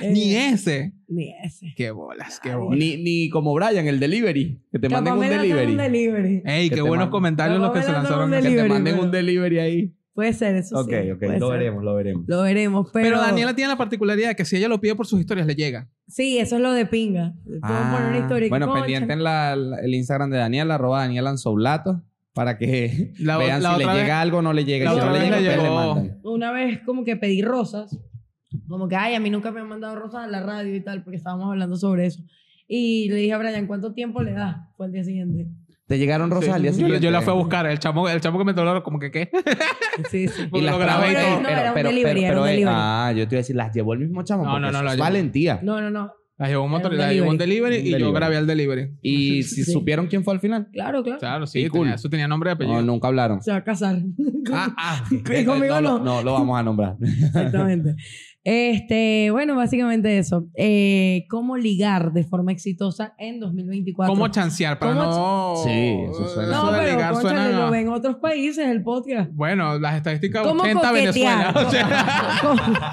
Speaker 2: Eh,
Speaker 5: Ni ese.
Speaker 2: Ni ese.
Speaker 5: Qué bolas, qué bolas.
Speaker 4: Ni, ni como Brian, el delivery. Que te
Speaker 2: Capaz
Speaker 4: manden un
Speaker 2: me lanzan
Speaker 4: delivery. Eh.
Speaker 2: un delivery.
Speaker 5: Ey,
Speaker 4: Que
Speaker 5: qué
Speaker 4: te
Speaker 5: buenos
Speaker 4: manden-
Speaker 5: comentarios los que se
Speaker 2: Vamos a ver
Speaker 5: lanzaron.
Speaker 2: un
Speaker 5: acá.
Speaker 4: Que te
Speaker 2: delivery,
Speaker 4: manden
Speaker 2: pero-
Speaker 4: un delivery ahí.
Speaker 2: Puede ser, eso
Speaker 4: Ok,
Speaker 2: sí.
Speaker 4: ok.
Speaker 2: puede
Speaker 4: Lo
Speaker 2: ser.
Speaker 4: veremos, lo veremos.
Speaker 2: Lo veremos, pero...
Speaker 5: Pero... Daniela tiene la particularidad de que si ella lo pide por sus historias, le llega.
Speaker 2: Sí, eso es lo de pinga. Puedo
Speaker 4: Ah,
Speaker 2: poner una historia.
Speaker 4: bueno,
Speaker 2: Concha,
Speaker 4: pendiente en la- la- el Instagram de Daniel, arroba Daniel Anzoblato. para que
Speaker 5: La o-
Speaker 4: vean
Speaker 5: la
Speaker 4: si le
Speaker 5: otra vez-
Speaker 4: llega algo o no le llega.
Speaker 5: la
Speaker 4: y si
Speaker 5: otra
Speaker 4: no le
Speaker 5: vez
Speaker 4: llega,
Speaker 5: le
Speaker 4: ustedes le
Speaker 5: llegó-
Speaker 4: mandan.
Speaker 2: Una vez como que pedí rosas, como que, ay, a mí nunca me han mandado rosas en la radio y tal, porque estábamos hablando sobre eso. Y le dije a Brian, ¿cuánto tiempo le da? Fue el día siguiente.
Speaker 4: Te llegaron rosas al día
Speaker 5: yo,
Speaker 4: siguiente.
Speaker 5: yo la fui a buscar, el chamo, el chamo que me toló como que qué.
Speaker 2: Sí, sí.
Speaker 4: Y las
Speaker 5: Lo grabé y
Speaker 4: trajo-
Speaker 5: todo.
Speaker 4: pero-
Speaker 2: No, era un
Speaker 4: pero-
Speaker 2: delivery,
Speaker 4: pero-
Speaker 2: era
Speaker 4: pero,
Speaker 2: un
Speaker 4: eh,
Speaker 2: delivery.
Speaker 4: Ah, yo te iba a decir, las llevó el mismo chamo.
Speaker 5: No,
Speaker 4: porque
Speaker 5: no, no,
Speaker 4: eso
Speaker 5: la
Speaker 4: es
Speaker 5: llevó.
Speaker 4: valentía.
Speaker 2: No, no, no.
Speaker 5: La llevó un
Speaker 2: Era un
Speaker 5: motor, la llevó un
Speaker 2: delivery.
Speaker 5: delivery y yo
Speaker 4: Delivery.
Speaker 5: grabé al delivery.
Speaker 4: Y si
Speaker 2: Sí.
Speaker 4: supieron quién fue al final.
Speaker 2: Claro, claro.
Speaker 5: Claro,
Speaker 4: Y
Speaker 5: sí, tenía-
Speaker 4: cool. Oh,
Speaker 5: eso tenía nombre y apellido.
Speaker 4: No, nunca hablaron.
Speaker 2: Se va a casar.
Speaker 4: Ah, ah.
Speaker 2: Que conmigo
Speaker 4: lo-
Speaker 2: no.
Speaker 4: No, lo vamos a nombrar.
Speaker 2: Exactamente. Este, bueno, básicamente eso. Eh, ¿Cómo ligar de forma exitosa en 2024?
Speaker 5: ¿Cómo chancear? Para
Speaker 2: ¿Cómo
Speaker 5: no.
Speaker 4: ch- Sí, eso suena-
Speaker 2: no,
Speaker 5: Eso de
Speaker 2: pero
Speaker 5: ligar
Speaker 2: cónchale,
Speaker 5: suena-
Speaker 2: lo ven en otros países el podcast.
Speaker 5: Bueno, las estadísticas
Speaker 2: ¿Cómo
Speaker 5: 80 Venezuela.
Speaker 2: coquetear?
Speaker 5: O sea,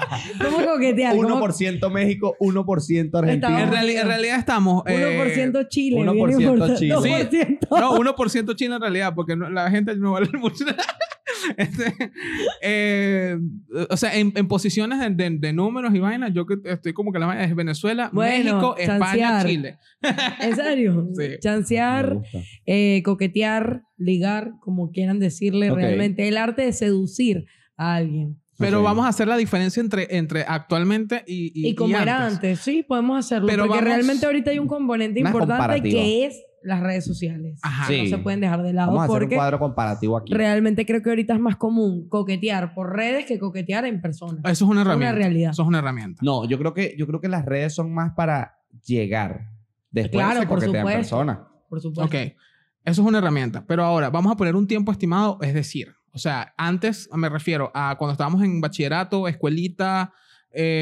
Speaker 2: ¿Cómo, cómo coquetear? ¿Cómo-
Speaker 4: 1% México, 1%
Speaker 5: en,
Speaker 2: Estamos-
Speaker 4: Argentina.
Speaker 5: reali- en realidad estamos. eh,
Speaker 2: 1% Chile.
Speaker 4: 1%
Speaker 2: 1%
Speaker 4: Chile.
Speaker 5: Sí.
Speaker 2: 2%.
Speaker 5: No, 1% China en realidad, porque no- la gente no vale mucho. Este, eh, o sea, en, en posiciones de, de- de números y vainas, yo que estoy como que la vaina es Venezuela,
Speaker 2: Bueno,
Speaker 5: México, España,
Speaker 2: chancear.
Speaker 5: Chile.
Speaker 2: ¿En serio?
Speaker 5: Sí.
Speaker 4: Me
Speaker 2: Chancear,
Speaker 4: gusta.
Speaker 2: eh, coquetear, ligar, como quieran decirle
Speaker 4: Ok.
Speaker 2: realmente. El arte de seducir a alguien.
Speaker 5: Pero
Speaker 4: Ok.
Speaker 5: vamos a hacer la diferencia entre, entre actualmente y, y,
Speaker 2: Y, como
Speaker 5: y
Speaker 2: era
Speaker 5: antes.
Speaker 2: antes, sí, podemos hacerlo.
Speaker 5: Pero
Speaker 2: porque
Speaker 5: vamos-
Speaker 2: realmente ahorita hay un componente
Speaker 4: Una
Speaker 2: importante
Speaker 4: comparativa.
Speaker 2: que es las redes sociales.
Speaker 5: Ajá.
Speaker 4: Sí.
Speaker 2: No se pueden dejar de lado
Speaker 4: Vamos a hacer un
Speaker 2: porque
Speaker 4: cuadro comparativo aquí.
Speaker 2: realmente creo que ahorita es más común coquetear por redes que coquetear en persona.
Speaker 5: Eso es una herramienta.
Speaker 2: realidad.
Speaker 5: Eso es una herramienta.
Speaker 4: No, yo creo que yo creo que las redes son más para llegar. Después
Speaker 2: Claro,
Speaker 4: se
Speaker 2: por
Speaker 4: coquetean
Speaker 2: supuesto.
Speaker 4: personas.
Speaker 2: Por supuesto.
Speaker 5: Ok. Eso es una herramienta. Pero ahora, vamos a poner un tiempo estimado, es decir, o sea, antes me refiero a cuando estábamos en bachillerato, escuelita,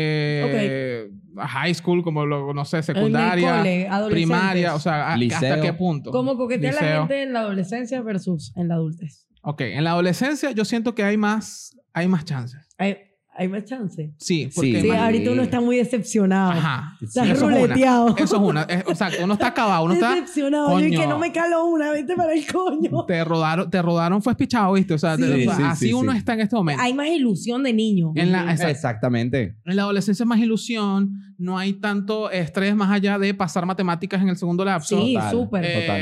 Speaker 5: eh, high school, como lo, no sé,
Speaker 2: En el
Speaker 5: secundaria.
Speaker 2: cole, adolescentes.
Speaker 5: primaria, o sea, ¿a- ¿hasta
Speaker 4: Liceo.
Speaker 5: qué punto?
Speaker 2: Como coquetea la
Speaker 5: Liceo.
Speaker 2: gente en la adolescencia versus en la adultez.
Speaker 5: Ok, en la adolescencia yo siento que hay más, hay más chances.
Speaker 2: Hay, hay más chance.
Speaker 5: Sí,
Speaker 4: Sí.
Speaker 5: porque
Speaker 2: Sí,
Speaker 5: más-
Speaker 2: ahorita uno está muy decepcionado.
Speaker 5: Ajá.
Speaker 2: Estás
Speaker 5: Eso es una.
Speaker 2: ruleteado.
Speaker 5: Eso es una, es- exacto, uno está acabado, uno está...
Speaker 2: decepcionado. Yo, y
Speaker 5: Coño.
Speaker 2: que no me caló una, vete para el coño.
Speaker 5: Te rodaron, te rodaron fue espichado, ¿viste? O sea, te-
Speaker 4: Sí,
Speaker 5: o sea,
Speaker 4: sí,
Speaker 5: así
Speaker 4: sí,
Speaker 5: uno
Speaker 4: sí.
Speaker 5: está en este momento.
Speaker 2: Hay más ilusión de niño.
Speaker 5: En la, exacto.
Speaker 4: Exactamente.
Speaker 5: En la adolescencia es más ilusión, no hay tanto estrés más allá de pasar matemáticas en el segundo lapso.
Speaker 2: Sí,
Speaker 4: Total.
Speaker 2: súper.
Speaker 5: Eh,
Speaker 4: total.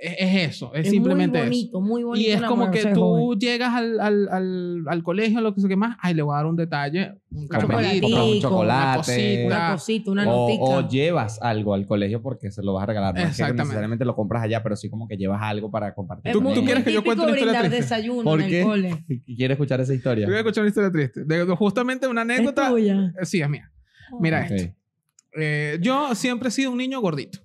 Speaker 5: es, es eso, es,
Speaker 2: es
Speaker 5: simplemente
Speaker 2: muy
Speaker 5: eso.
Speaker 2: bonito, muy bonito.
Speaker 5: Y es como que
Speaker 2: enamorarse de
Speaker 5: tú
Speaker 2: joven.
Speaker 5: llegas al, al, al, al colegio, lo que sea que más, ay, le voy a dar un detalle, un
Speaker 4: Compras
Speaker 5: caramelito,
Speaker 2: chocolatico,
Speaker 4: un
Speaker 5: una
Speaker 4: chocolate.
Speaker 5: cosita.
Speaker 2: Una cosita,
Speaker 5: Oh,
Speaker 2: una
Speaker 4: o,
Speaker 2: notica.
Speaker 4: o llevas algo al colegio porque se lo vas a regalar. No es que
Speaker 5: Exactamente.
Speaker 4: necesariamente lo compras allá, pero sí como que llevas algo para compartir.
Speaker 2: Es
Speaker 5: ¿Tú-
Speaker 4: con
Speaker 2: muy-
Speaker 5: tú
Speaker 4: ellos.
Speaker 5: quieres que yo
Speaker 2: típico
Speaker 5: cuente una historia
Speaker 2: brindar
Speaker 5: triste?
Speaker 2: desayuno
Speaker 4: ¿Por
Speaker 2: en el
Speaker 4: qué?
Speaker 2: cole.
Speaker 4: ¿Quieres escuchar esa historia?
Speaker 5: Yo voy a escuchar una historia triste. De- justamente una
Speaker 2: Es
Speaker 5: anécdota.
Speaker 2: tuya.
Speaker 5: Eh, Sí, es mía. Mira
Speaker 4: Ok,
Speaker 5: esto. Eh, yo siempre he sido un niño gordito.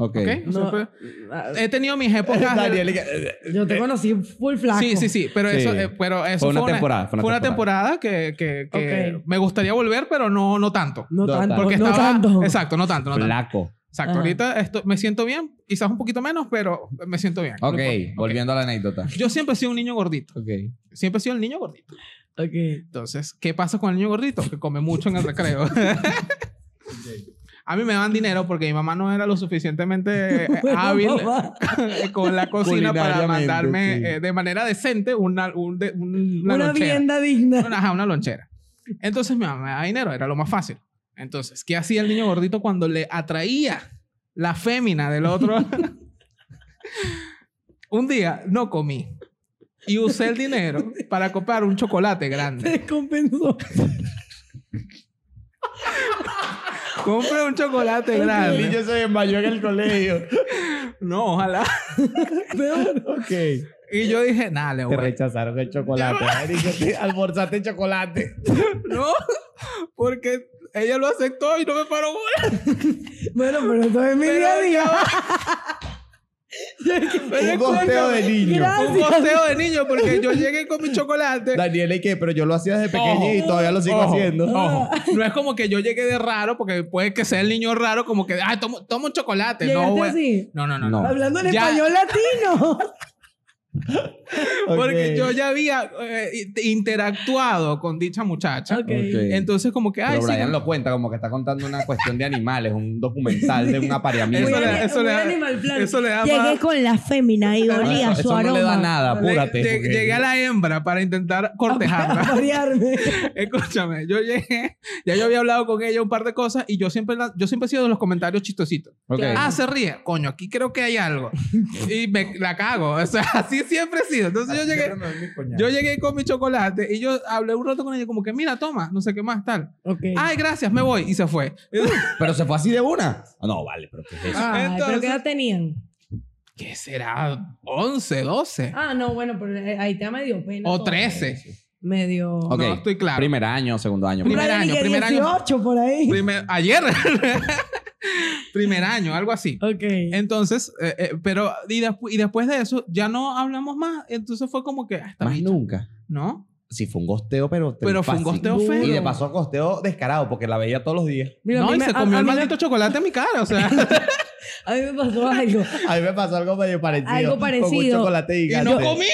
Speaker 4: ok.
Speaker 5: ¿Ok?
Speaker 2: No,
Speaker 5: Siempre-
Speaker 2: ah,
Speaker 5: he tenido mis épocas. de-
Speaker 4: Daniel, eh,
Speaker 2: Yo te conocí full flaco.
Speaker 5: Sí, sí, sí. Pero
Speaker 4: Sí.
Speaker 5: eso, eh, pero eso
Speaker 4: fue una temporada.
Speaker 5: Fue una temporada que, que- que
Speaker 2: Ok.
Speaker 5: me gustaría volver, pero no, no tanto.
Speaker 2: No
Speaker 4: No
Speaker 2: tanto.
Speaker 4: tanto.
Speaker 5: Porque
Speaker 2: no
Speaker 5: estaba.
Speaker 2: tanto.
Speaker 5: Exacto, no tanto. No tanto.
Speaker 4: Flaco.
Speaker 5: Exacto.
Speaker 2: Ajá.
Speaker 5: Ahorita esto, me siento bien, quizás un poquito menos, pero me siento bien. No
Speaker 4: Ok,
Speaker 5: importa.
Speaker 4: volviendo a la anécdota.
Speaker 5: Yo siempre he sido un niño gordito.
Speaker 4: Ok.
Speaker 5: Siempre he sido el niño gordito.
Speaker 2: Ok.
Speaker 5: Entonces, ¿qué pasa con el niño gordito? Que come mucho en el recreo. A mí me dan dinero porque mi mamá no era lo suficientemente eh,
Speaker 2: Bueno,
Speaker 5: hábil
Speaker 2: Pues, papá.
Speaker 5: con la cocina para
Speaker 4: Culinariamente,
Speaker 5: mandarme
Speaker 4: sí.
Speaker 5: eh, de manera decente una, un de- un- una
Speaker 2: Una
Speaker 5: lonchera.
Speaker 2: vivienda digna.
Speaker 5: Una, ajá, una lonchera. Entonces mi mamá me daba dinero, era lo más fácil. Entonces, ¿qué hacía el niño gordito cuando le atraía la fémina del otro? un día no comí y usé el dinero para comprar un chocolate
Speaker 2: Te
Speaker 5: grande.
Speaker 2: descompensó.
Speaker 5: Compré un chocolate
Speaker 4: El
Speaker 5: grande.
Speaker 4: niño se desmayó en el colegio.
Speaker 5: No, ojalá.
Speaker 4: ok. Te
Speaker 5: Y yo dije, nada, le voy a-
Speaker 4: rechazaron el chocolate. marico, te Almorzaste chocolate.
Speaker 5: No, porque ella lo aceptó y no me paró bola.
Speaker 2: Bueno, pero eso es mi día a día.
Speaker 5: Pero
Speaker 4: Un gosteo de niño.
Speaker 5: Fue un goceo de niño porque yo llegué con mi chocolate.
Speaker 4: Daniel, ¿y qué? Pero yo lo hacía desde pequeño y todavía lo sigo
Speaker 5: Ojo,
Speaker 4: haciendo.
Speaker 5: ojo. No es como que yo llegué de raro, porque puede que sea el niño raro, como que, ay, tomo, tomo un chocolate. No,
Speaker 2: Llegaste
Speaker 5: güey.
Speaker 2: así.
Speaker 5: no, no, no.
Speaker 4: No.
Speaker 5: no.
Speaker 2: Hablando en
Speaker 5: Ya.
Speaker 2: español latino.
Speaker 4: Ok.
Speaker 5: Porque yo ya había eh, in- interactuado con dicha muchacha.
Speaker 2: Ok.
Speaker 4: Ok.
Speaker 5: Entonces, como que, ay,
Speaker 4: Pero
Speaker 5: sí,
Speaker 4: Brian
Speaker 5: como-
Speaker 4: lo cuenta como que está contando una cuestión de animales, un documental de un apareamiento.
Speaker 5: Eso
Speaker 2: Muy
Speaker 5: le-
Speaker 2: ani-
Speaker 5: eso le
Speaker 2: muy
Speaker 5: da-
Speaker 2: animal plan.
Speaker 5: eso le da
Speaker 2: Llegué
Speaker 5: más-
Speaker 2: con la fémina y
Speaker 4: No,
Speaker 2: olía
Speaker 4: eso-
Speaker 2: su
Speaker 4: eso
Speaker 2: aroma.
Speaker 4: no le da nada,
Speaker 5: le-
Speaker 4: apúrate.
Speaker 5: lleg-
Speaker 4: porque-
Speaker 5: llegué a la hembra para intentar cortejarla.
Speaker 2: Para variarme.
Speaker 5: Escúchame, yo llegué, ya yo había hablado con ella un par de cosas y yo siempre, la- yo siempre he sido de los comentarios chistositos.
Speaker 4: Ok.
Speaker 5: Ah, se ríe. Coño, aquí creo que hay algo. Y me la cago. O sea, así siempre he sido. Entonces yo llegué, yo llegué con mi chocolate y yo hablé un rato con ella como que, mira, toma, no sé qué más, tal.
Speaker 2: Ok.
Speaker 5: Ay, gracias, me voy. Y se fue.
Speaker 4: Pero se fue así de una. Ah, No, vale, pero ¿qué es eso?
Speaker 2: Ay, Ah, ¿Pero
Speaker 5: entonces-
Speaker 2: qué edad tenían?
Speaker 5: ¿Qué será? 11, 12
Speaker 2: Ah, no, bueno, pero eh, ahí te medio pena.
Speaker 5: o
Speaker 2: todo.
Speaker 5: 13.
Speaker 2: Medio.
Speaker 4: Ok.
Speaker 5: No estoy claro.
Speaker 4: Primer año, segundo año.
Speaker 5: Primer
Speaker 2: Brian,
Speaker 5: año,
Speaker 2: que
Speaker 5: primer año.
Speaker 2: 18 por ahí.
Speaker 5: Primer- ayer. primer año, algo así.
Speaker 2: Ok.
Speaker 5: Entonces, eh, eh, pero y, despu- y después de eso ya no hablamos más. Entonces fue como que, ah, esta
Speaker 4: Más
Speaker 5: bicha,
Speaker 4: nunca.
Speaker 5: ¿no?
Speaker 4: Sí, fue un gosteo, pero.
Speaker 5: Pero fue
Speaker 4: fácil.
Speaker 5: un gosteo
Speaker 2: feo.
Speaker 4: Y de paso, gosteo descarado, porque la veía todos los días.
Speaker 2: Mira, a
Speaker 5: no,
Speaker 2: mí
Speaker 5: y
Speaker 2: me-
Speaker 5: se
Speaker 2: a-
Speaker 5: comió
Speaker 2: a
Speaker 5: el
Speaker 2: mí me-
Speaker 5: maldito chocolate en mi cara, o sea.
Speaker 2: A mí me pasó algo.
Speaker 4: A mí me pasó algo medio parecido.
Speaker 2: Algo
Speaker 4: Con un
Speaker 2: parecido.
Speaker 4: chocolate
Speaker 5: y
Speaker 4: gigante.
Speaker 5: no comí.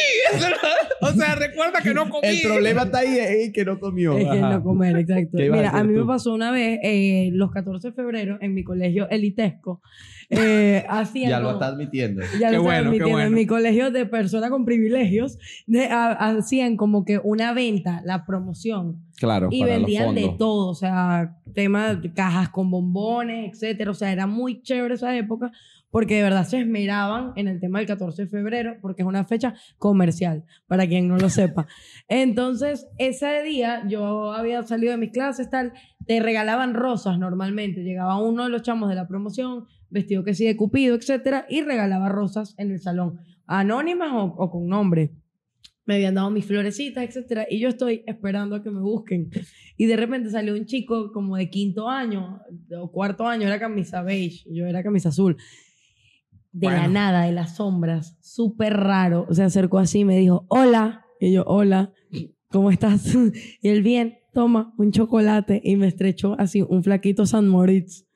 Speaker 5: o sea, recuerda que no comí.
Speaker 4: El problema está ahí, es que no comió.
Speaker 2: Es que
Speaker 4: Ajá.
Speaker 2: no comer, exacto.
Speaker 4: ¿Qué ibas a
Speaker 2: Mira, a,
Speaker 4: hacer
Speaker 2: mí
Speaker 4: tú?
Speaker 2: me pasó una vez, eh, los 14 de febrero, en mi colegio elitesco, eh, hacían...
Speaker 4: Ya lo
Speaker 2: como-
Speaker 4: está admitiendo.
Speaker 2: Ya
Speaker 5: Qué
Speaker 2: lo
Speaker 5: bueno,
Speaker 2: bueno,
Speaker 5: qué
Speaker 2: En
Speaker 5: bueno.
Speaker 2: mi colegio de personas con privilegios, de- ha- hacían como que una venta, la promoción,
Speaker 4: Claro,
Speaker 2: y
Speaker 4: para los
Speaker 2: vendían de
Speaker 4: fondos.
Speaker 2: todo, o sea, temas, cajas con bombones, etcétera. O sea, era muy chévere esa época, porque de verdad se esmeraban en el tema del 14 de febrero, porque es una fecha comercial, para quien no lo sepa. Entonces, ese día yo había salido de mis clases, tal, te regalaban rosas normalmente. Llegaba uno de los chamos de la promoción, vestido que sí de Cupido, etcétera, y regalaba rosas en el salón, anónimas o, o con nombre. Me habían dado mis florecitas, etcétera, y yo estoy esperando a que me busquen. Y de repente salió un chico como de quinto año o cuarto año, era camisa beige, yo era camisa azul. De la
Speaker 5: Bueno.
Speaker 2: nada, de las sombras, súper raro. Se acercó así y me dijo, hola. Y yo, hola, ¿cómo estás? Y él, bien, toma un chocolate. Y me estrechó así, un flaquito San Moritz.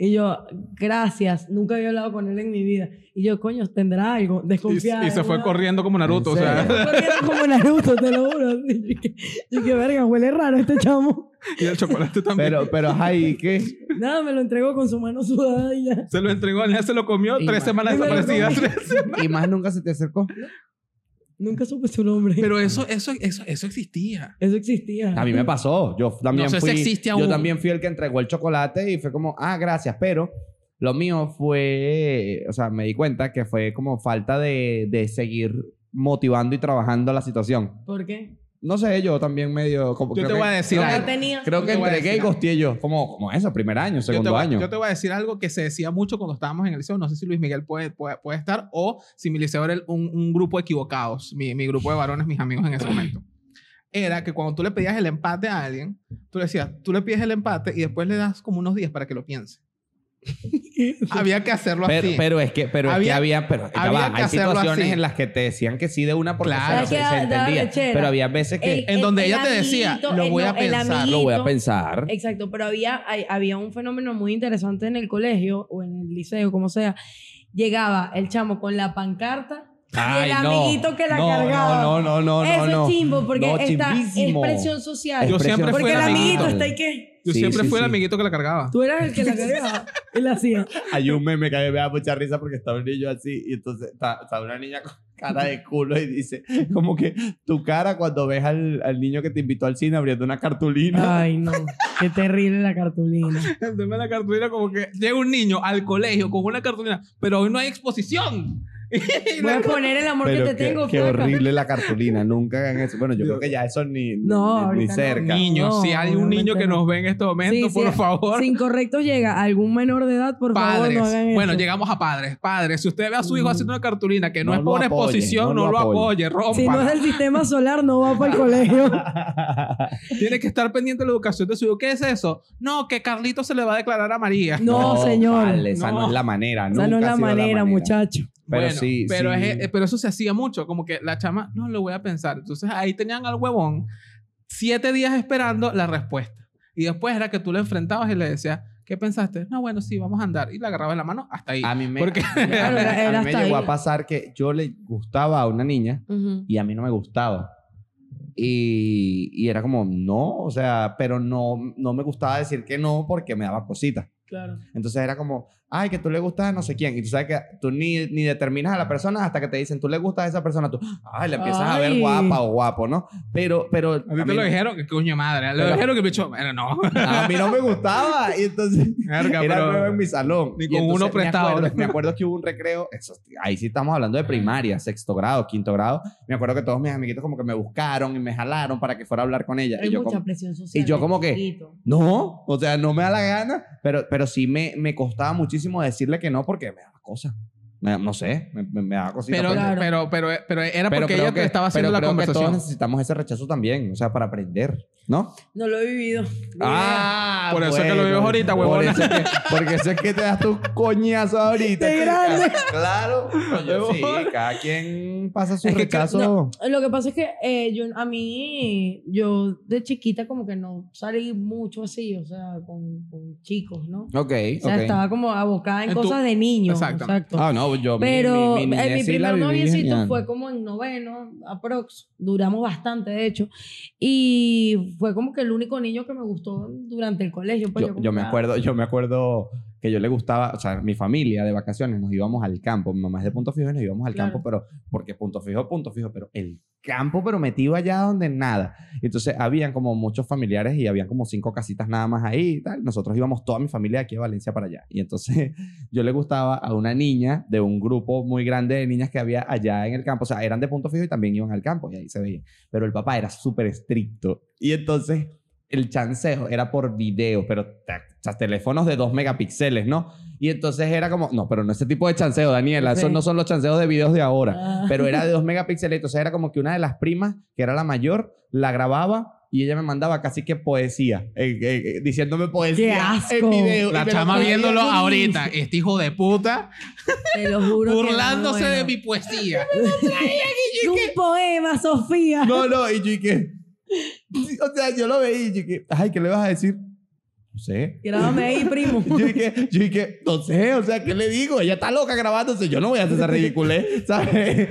Speaker 2: Y yo, gracias, nunca había hablado con él en mi vida. Y yo, coño, tendrá algo,
Speaker 5: Y,
Speaker 2: desconfiada.
Speaker 5: y se fue
Speaker 2: ¿no?
Speaker 5: corriendo como Naruto, o
Speaker 4: ¿En
Speaker 5: sea.
Speaker 4: serio?
Speaker 2: Corriendo como Naruto, te lo juro. Así, Yo que, yo que, verga, huele raro este chamo.
Speaker 5: Y el chocolate también.
Speaker 4: Pero, pero, ay, ¿qué?
Speaker 2: Nada, me lo entregó con su mano sudada y ya.
Speaker 5: se lo entregó, ya se lo comió,
Speaker 4: Y
Speaker 5: tres
Speaker 4: más.
Speaker 5: semanas
Speaker 2: Y me lo
Speaker 5: desaparecidas.
Speaker 2: comí.
Speaker 5: tres-
Speaker 4: Y más nunca se te acercó.
Speaker 2: Nunca supe su nombre.
Speaker 5: Pero eso, eso, eso, eso existía.
Speaker 2: Eso existía.
Speaker 4: A mí me pasó. Yo también
Speaker 5: No sé si
Speaker 4: fui.
Speaker 5: existe
Speaker 4: Yo
Speaker 5: aún.
Speaker 4: también fui el que entregó el chocolate y fue como, ah, gracias. Pero lo mío fue, o sea, me di cuenta que fue como falta de, de seguir motivando y trabajando la situación.
Speaker 2: ¿Por qué?
Speaker 4: No sé, yo también medio. Como,
Speaker 5: Yo
Speaker 4: creo
Speaker 5: te
Speaker 4: que-
Speaker 5: voy a decir
Speaker 4: creo
Speaker 5: algo.
Speaker 2: No tenía.
Speaker 4: Creo que
Speaker 5: Yo te voy a
Speaker 4: entregué y
Speaker 5: decir algo.
Speaker 4: costeé yo. Como, como eso, primer año,
Speaker 5: yo te
Speaker 4: segundo
Speaker 5: voy,
Speaker 4: año.
Speaker 5: Yo te voy a decir algo que se decía mucho cuando estábamos en el liceo. No sé si Luis Miguel puede, puede, puede estar o si mi liceo era el- un, un grupo de equivocados, mi, mi grupo de varones, mis amigos en ese momento. Era que cuando tú le pedías el empate a alguien, tú le decías, tú le pides el empate y después le das como unos días para que lo piense. Había que hacerlo
Speaker 4: Pero,
Speaker 5: así.
Speaker 4: pero es que, pero había, es que
Speaker 5: Había-
Speaker 4: había, pero ya
Speaker 5: había
Speaker 4: va,
Speaker 5: que
Speaker 4: hay
Speaker 5: hacerlo
Speaker 4: situaciones
Speaker 5: así.
Speaker 4: en las que te decían que sí de una porque
Speaker 5: Claro.
Speaker 4: se, se
Speaker 2: Da- da
Speaker 4: entendía.
Speaker 2: rechera.
Speaker 4: Pero había veces que
Speaker 2: El-
Speaker 5: en donde
Speaker 2: el
Speaker 5: ella te decía,
Speaker 2: amiguito,
Speaker 5: lo
Speaker 2: el
Speaker 5: voy a
Speaker 2: no- el
Speaker 5: pensar.
Speaker 4: lo voy a
Speaker 2: amiguito-
Speaker 4: pensar.
Speaker 2: Exacto, pero había, hay- había un fenómeno muy interesante en el colegio o en el liceo, como sea. Llegaba el chamo con la pancarta y el
Speaker 4: no.
Speaker 2: amiguito que la
Speaker 4: no,
Speaker 2: cargaba.
Speaker 4: No, no, no, no,
Speaker 2: Eso
Speaker 4: no.
Speaker 2: es chimbo porque
Speaker 4: No,
Speaker 2: está, es
Speaker 4: chimbísimo.
Speaker 2: presión social.
Speaker 5: Yo siempre
Speaker 2: porque
Speaker 5: fui
Speaker 2: el
Speaker 5: el
Speaker 2: amiguito
Speaker 5: amiguito.
Speaker 2: está ahí que.
Speaker 5: Yo
Speaker 4: Sí,
Speaker 5: siempre
Speaker 4: sí,
Speaker 5: fui el
Speaker 4: sí.
Speaker 5: amiguito que la cargaba.
Speaker 2: Tú eras el que la cargaba y la hacía.
Speaker 4: Hay un meme que a mí me da mucha risa porque está un niño así y entonces está, está una niña con cara de culo y dice como que tu cara cuando ves al, al niño que te invitó al cine abriendo una cartulina.
Speaker 2: Ay, no. Qué terrible la cartulina.
Speaker 5: El tema de la cartulina, como que llega un niño al colegio con una cartulina, pero hoy no hay exposición. Y
Speaker 2: Voy
Speaker 5: la-
Speaker 2: a poner el amor que
Speaker 4: Pero
Speaker 2: te
Speaker 4: qué,
Speaker 2: tengo,
Speaker 4: qué
Speaker 2: flaca.
Speaker 4: horrible la cartulina, nunca hagan eso. Bueno, yo creo que ya eso ni, ni,
Speaker 2: No,
Speaker 4: ni
Speaker 2: ahorita no.
Speaker 4: cerca.
Speaker 5: Niños,
Speaker 2: No,
Speaker 5: si hay un niño
Speaker 2: obviamente
Speaker 5: que
Speaker 2: no.
Speaker 5: nos ve en este momento,
Speaker 2: Sí,
Speaker 5: por
Speaker 2: sí.
Speaker 5: favor,
Speaker 2: Si incorrecto llega algún menor de edad, por
Speaker 5: padres.
Speaker 2: favor, no hagan eso.
Speaker 5: bueno, llegamos a padres. Padres, si usted ve a su hijo
Speaker 2: Mm.
Speaker 5: haciendo una cartulina que
Speaker 4: No
Speaker 5: no, es
Speaker 4: lo
Speaker 5: por una
Speaker 4: apoye,
Speaker 5: exposición,
Speaker 4: no
Speaker 5: no,
Speaker 4: lo
Speaker 5: lo
Speaker 4: apoye.
Speaker 5: apoye, rompa.
Speaker 2: Si no es del sistema solar, no va para el colegio.
Speaker 5: Tiene que estar pendiente de la educación de su hijo. ¿Qué es eso? No, que Carlito se le va a declarar a María.
Speaker 2: No, señor.
Speaker 4: vale, esa no.
Speaker 5: No.
Speaker 4: es la manera.
Speaker 2: Esa no
Speaker 4: nunca
Speaker 2: es
Speaker 4: ha
Speaker 2: la
Speaker 4: sido
Speaker 2: manera, muchacho.
Speaker 4: Pero
Speaker 5: Bueno,
Speaker 4: sí,
Speaker 5: pero,
Speaker 4: sí.
Speaker 5: es- eh, pero eso se hacía mucho, como que la chama, no lo voy a pensar. Entonces ahí tenían al huevón siete días esperando la respuesta. Y después era que tú le enfrentabas y le decías, ¿qué pensaste? No, bueno, sí, vamos a andar. Y le agarrabas la mano hasta ahí.
Speaker 4: A mí me,
Speaker 5: Porque-
Speaker 4: a mí me- a mí me-
Speaker 2: Claro,
Speaker 4: a
Speaker 2: era
Speaker 4: mí me
Speaker 2: hasta
Speaker 4: llegó
Speaker 2: ahí.
Speaker 4: a pasar que yo le gustaba a una niña y a mí no me gustaba. Y, y era como, no, o sea, pero no, no me gustaba decir que no porque me daba cositas.
Speaker 2: Claro.
Speaker 4: Entonces era como, ay, que tú le gustas a no sé quién. Y tú sabes que tú ni, ni determinas a la persona hasta que te dicen, tú le gustas a esa persona. Tú, ay, la empiezas a ver
Speaker 2: Ay.
Speaker 4: guapa o guapo, ¿no? Pero, pero...
Speaker 5: A ti te lo dijeron, que coño madre. Lo
Speaker 4: Pero-
Speaker 5: dijeron que el bicho, bueno, no.
Speaker 4: A mí no me gustaba. Y entonces
Speaker 5: Verga,
Speaker 4: era
Speaker 5: pero-
Speaker 4: nuevo en mi salón.
Speaker 5: Ni
Speaker 4: Y
Speaker 5: con
Speaker 4: entonces
Speaker 5: uno
Speaker 4: me
Speaker 5: prestado,
Speaker 4: acuerdo- Me
Speaker 5: ¿no?
Speaker 4: acuerdo, que hubo un recreo. eso- ahí sí estamos hablando de primaria, sexto grado, quinto grado. Me acuerdo que todos mis amiguitos como que me buscaron y me jalaron para que fuera a hablar con ella.
Speaker 2: Hay
Speaker 4: y yo
Speaker 2: mucha
Speaker 4: como,
Speaker 2: presión social.
Speaker 4: y yo
Speaker 2: desde
Speaker 4: como que-
Speaker 2: chiquito.
Speaker 4: no, o sea, no me da la gana. Pero, pero sí me, me costaba muchísimo decirle que no porque me daba cosa. Me- no sé, me, me- me daba cosita.
Speaker 5: Pero,
Speaker 4: pues.
Speaker 2: Claro.
Speaker 5: pero, pero, eh, pero era porque
Speaker 4: creo
Speaker 5: ella te
Speaker 4: que-
Speaker 5: estaba
Speaker 4: pero
Speaker 5: haciendo la
Speaker 4: creo que
Speaker 5: conversación.
Speaker 4: todos necesitamos ese rechazo también, o sea, para aprender, ¿no?
Speaker 2: No lo he vivido. Ni idea.
Speaker 4: Ah,
Speaker 5: Por eso es que lo vives ahorita,
Speaker 4: Por
Speaker 5: huevona.
Speaker 4: eso es que, porque eso es que te das tu coñazo ahorita.
Speaker 2: De
Speaker 4: chica.
Speaker 2: grande.
Speaker 4: Claro. Oye, sí,
Speaker 5: Huevona.
Speaker 4: cada quien pasa su
Speaker 5: Es que-
Speaker 4: rechazo.
Speaker 2: no. Lo que pasa es que eh, yo, a mí, yo de chiquita como que no salí mucho así, o sea, con, con chicos, ¿no?
Speaker 4: Ok,
Speaker 2: O sea,
Speaker 4: ok.
Speaker 2: estaba como abocada en,
Speaker 5: En tu-
Speaker 2: cosas de niño.
Speaker 5: Exacto.
Speaker 2: Exacto.
Speaker 4: Ah, no, yo mi-
Speaker 2: Pero
Speaker 4: mi, mi,
Speaker 2: en mi
Speaker 4: niñez sí la
Speaker 2: primer
Speaker 4: viví
Speaker 2: noviecito
Speaker 4: genial.
Speaker 2: fue como en noveno, aprox. Duramos bastante, de hecho. Y fue como que el único niño que me gustó durante el colegio. pues,
Speaker 4: Yo,
Speaker 2: como
Speaker 4: yo me
Speaker 2: que, ah,
Speaker 4: acuerdo, yo me acuerdo que yo le gustaba, o sea, mi familia de vacaciones nos íbamos al campo, mi mamá es de Punto Fijo y nos íbamos al
Speaker 2: Claro.
Speaker 4: campo, pero porque Punto Fijo, Punto Fijo, pero el campo, pero metido allá donde nada. Entonces habían como muchos familiares y habían como cinco casitas nada más ahí y tal. Nosotros íbamos toda mi familia de aquí a Valencia para allá. Y entonces yo le gustaba a una niña de un grupo muy grande de niñas que había allá en el campo, o sea, eran de Punto Fijo y también iban al campo y ahí se veía. Pero el papá era súper estricto y entonces el chanceo era por video, pero ta- o sea, teléfonos de 2 megapíxeles, ¿no? Y entonces era como, no, pero no ese tipo de chanceo, Daniela, esos
Speaker 2: Sí.
Speaker 4: no son los chanceos de videos de ahora.
Speaker 2: ah,
Speaker 4: Pero era de 2 megapíxeles, entonces era como que una de las primas, que era la mayor, la grababa y ella me mandaba casi que poesía, eh, eh, eh, diciéndome
Speaker 2: ¡Qué
Speaker 4: poesía en
Speaker 2: asco!
Speaker 4: video. Y
Speaker 5: La
Speaker 4: me lo
Speaker 5: chama
Speaker 4: traía.
Speaker 5: viéndolo
Speaker 2: Dios mío.
Speaker 5: ahorita, este hijo de puta,
Speaker 2: Te lo juro. que no,
Speaker 5: burlándose de
Speaker 2: bueno.
Speaker 5: mi poesía.
Speaker 2: Un poema, Sofía.
Speaker 4: No, no, y yo y que... O sea, yo lo veía y yo y que, ay, ¿qué le vas a decir? No sé.
Speaker 2: Grábame ahí, primo.
Speaker 4: Yo dije, yo dije, no sé, o sea, ¿qué le digo? Ella está loca grabándose, yo no voy a hacer esa ridiculez, ¿sabes?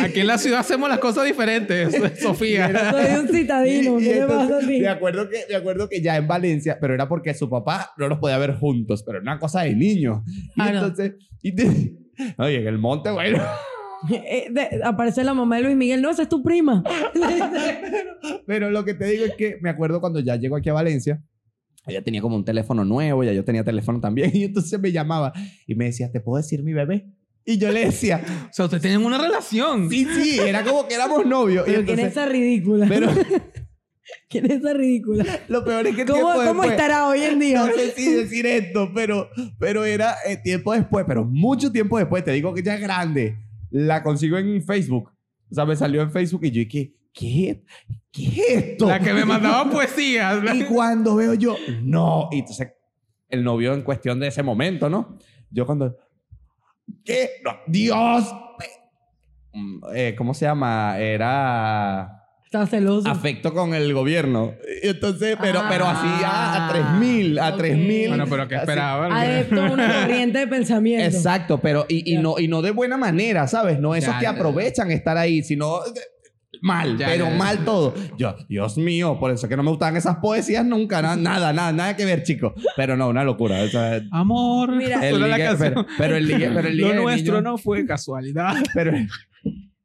Speaker 5: Aquí en la ciudad hacemos las cosas diferentes, Sofía.
Speaker 2: Soy un citadino.
Speaker 4: Y- y
Speaker 2: Ah, ¿Qué le
Speaker 4: entonces,
Speaker 2: pasa a ti?
Speaker 4: me acuerdo que me acuerdo que ya en Valencia pero era porque su papá no los podía ver juntos pero era una cosa de niños y
Speaker 2: Ah, no.
Speaker 4: entonces y te- oye en el monte bueno
Speaker 2: Eh, de- aparece la mamá de Luis Miguel. No, esa es tu prima.
Speaker 4: Pero lo que te digo es que me acuerdo cuando ya llegó aquí a Valencia, ella tenía como un teléfono nuevo, ya yo tenía teléfono también, y entonces me llamaba y me decía, ¿te puedo decir mi bebé? Y yo le decía,
Speaker 5: O sea, ustedes tienen una relación.
Speaker 4: sí, sí, era como que éramos novios. Y
Speaker 2: Pero ¿quién es
Speaker 4: entonces-
Speaker 2: esa ridícula?
Speaker 4: Pero
Speaker 2: ¿Quién es esa ridícula?
Speaker 4: lo peor es que
Speaker 2: ¿Cómo,
Speaker 4: tiempo
Speaker 2: ¿cómo
Speaker 4: después-
Speaker 2: estará hoy en día?
Speaker 4: No sé si decir esto, pero, pero era eh, tiempo después, pero mucho tiempo después. Te digo que ya es grande. La consigo en Facebook. O sea, me salió en Facebook y yo dije, ¿qué? ¿Qué es esto?
Speaker 5: La que me mandaba poesía.
Speaker 4: Y cuando veo yo, no. Y entonces, el novio en cuestión de ese momento, ¿no? Yo cuando, ¿qué? No, Dios. Mm, eh, ¿Cómo se llama? Era
Speaker 2: Está celoso.
Speaker 4: afecto con el gobierno. Y Entonces, pero, pero así a, a 3000, a
Speaker 2: ok.
Speaker 4: 3000.
Speaker 5: Ah. Bueno, pero ¿qué
Speaker 4: Así.
Speaker 5: esperaba?
Speaker 2: Adepto a una corriente de pensamiento.
Speaker 4: Exacto, pero y, y
Speaker 2: Ya.
Speaker 4: no, y no de buena manera, ¿sabes? No esos
Speaker 5: Ya,
Speaker 4: que
Speaker 5: ya,
Speaker 4: aprovechan estar ahí, sino de- mal,
Speaker 5: Ya,
Speaker 4: pero
Speaker 5: ya, ya.
Speaker 4: mal todo. Yo, Dios mío, por eso es que no me gustaban esas poesías nunca, na- nada, nada, nada que ver, chicos. Pero no, una locura. o sea, el
Speaker 5: Amor.
Speaker 2: Mira.
Speaker 5: Suena la
Speaker 4: ligue-
Speaker 5: canción.
Speaker 4: pero, pero el ligue, pero el ligue de
Speaker 5: Lo nuestro
Speaker 4: niños-
Speaker 5: no fue casualidad.
Speaker 4: pero-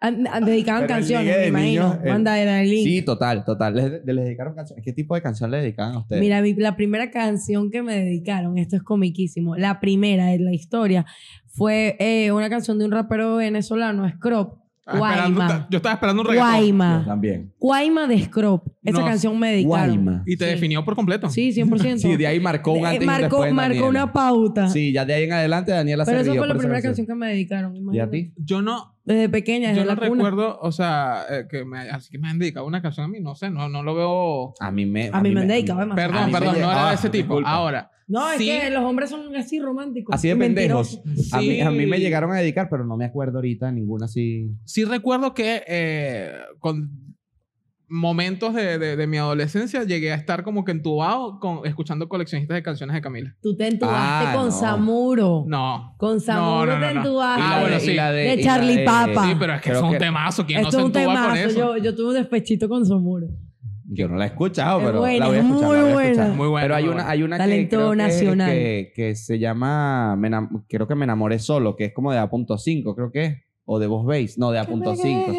Speaker 2: An- an- dedicaban
Speaker 4: Pero el
Speaker 2: canciones,
Speaker 4: ligue
Speaker 2: me
Speaker 4: de
Speaker 2: imagino.
Speaker 4: niños, el-
Speaker 2: Manda era el link.
Speaker 4: sí, total, total. Les, les dedicaron canciones. ¿Qué tipo de canción le dedicaban a ustedes?
Speaker 2: Mira, mi- la primera canción que me dedicaron, esto es comiquísimo, la primera de la historia, fue eh, una canción de un rapero venezolano, Scrop.
Speaker 5: Estaba esperando-
Speaker 2: Guayma.
Speaker 5: yo estaba esperando un reggaetón.
Speaker 4: Ah, Yo
Speaker 2: Guayma.
Speaker 4: también.
Speaker 2: Guayma de Scrop. Esa
Speaker 5: No,
Speaker 2: canción me dedicaron.
Speaker 4: Guayma.
Speaker 5: Y te
Speaker 2: Sí.
Speaker 5: definió por completo.
Speaker 2: Sí, 100%.
Speaker 4: Sí, de ahí marcó un
Speaker 2: Eh,
Speaker 4: antes y un
Speaker 2: marcó
Speaker 4: después en
Speaker 2: marcó
Speaker 4: Daniela.
Speaker 2: una pauta.
Speaker 4: Sí, ya de ahí en adelante Daniela
Speaker 2: Pero
Speaker 4: se
Speaker 2: esa
Speaker 4: rió
Speaker 2: fue la
Speaker 4: por esa
Speaker 2: primera canción que me dedicaron.
Speaker 4: ¿Y a
Speaker 2: imagínate.
Speaker 4: ti?
Speaker 5: Yo no,
Speaker 2: Desde pequeña, desde
Speaker 5: yo no
Speaker 2: la cuna.
Speaker 5: recuerdo, o sea, eh, que me, así que me han dedicado una canción a mí, no sé, no, no lo veo.
Speaker 4: A mí me...
Speaker 2: A mí me han dedicado
Speaker 4: a mí-
Speaker 2: demasiado.
Speaker 5: Perdón,
Speaker 4: me
Speaker 5: perdón, no era
Speaker 4: llegaba,
Speaker 5: de ese tipo.
Speaker 4: Ah, disculpa.
Speaker 5: Ahora,
Speaker 2: No, es
Speaker 5: Sí.
Speaker 2: que los hombres son así románticos.
Speaker 4: Así de
Speaker 2: y
Speaker 4: pendejos.
Speaker 2: mentirosos.
Speaker 4: A, mí, a mí me
Speaker 5: Sí.
Speaker 4: llegaron a dedicar, pero no me acuerdo ahorita ninguna así.
Speaker 5: sí recuerdo que eh, con momentos de, de- de mi adolescencia llegué a estar como que entubado con, escuchando coleccionistas de canciones de Camila.
Speaker 2: Tú te entubaste
Speaker 4: Ah,
Speaker 2: con
Speaker 4: no.
Speaker 2: Samuro.
Speaker 5: No.
Speaker 2: Con Samuro
Speaker 5: no, no,
Speaker 2: te
Speaker 5: no.
Speaker 2: entubaste.
Speaker 5: Ah, bueno, sí.
Speaker 2: de Charlie Papa.
Speaker 5: Sí, pero es que
Speaker 4: creo
Speaker 5: es un
Speaker 4: que-
Speaker 5: temazo. ¿Quién
Speaker 2: Esto
Speaker 5: no
Speaker 2: es
Speaker 5: se
Speaker 2: un
Speaker 5: entuba con
Speaker 2: temazo.
Speaker 5: eso?
Speaker 2: Yo, yo tuve un despechito con Samuro.
Speaker 4: Yo no la he escuchado,
Speaker 2: Es
Speaker 4: pero
Speaker 2: buena,
Speaker 4: la voy a
Speaker 2: es
Speaker 4: escuchar. la
Speaker 2: muy
Speaker 4: voy a escuchar.
Speaker 2: buena.
Speaker 5: Muy buena.
Speaker 4: Pero hay
Speaker 5: muy
Speaker 4: una,
Speaker 5: buena.
Speaker 4: hay una que
Speaker 2: Talento
Speaker 4: creo que,
Speaker 2: nacional.
Speaker 4: Que, que se llama, me enam- creo que me enamoré solo, que es como de A.5, creo que es. O de Voz Base. No, de A.5.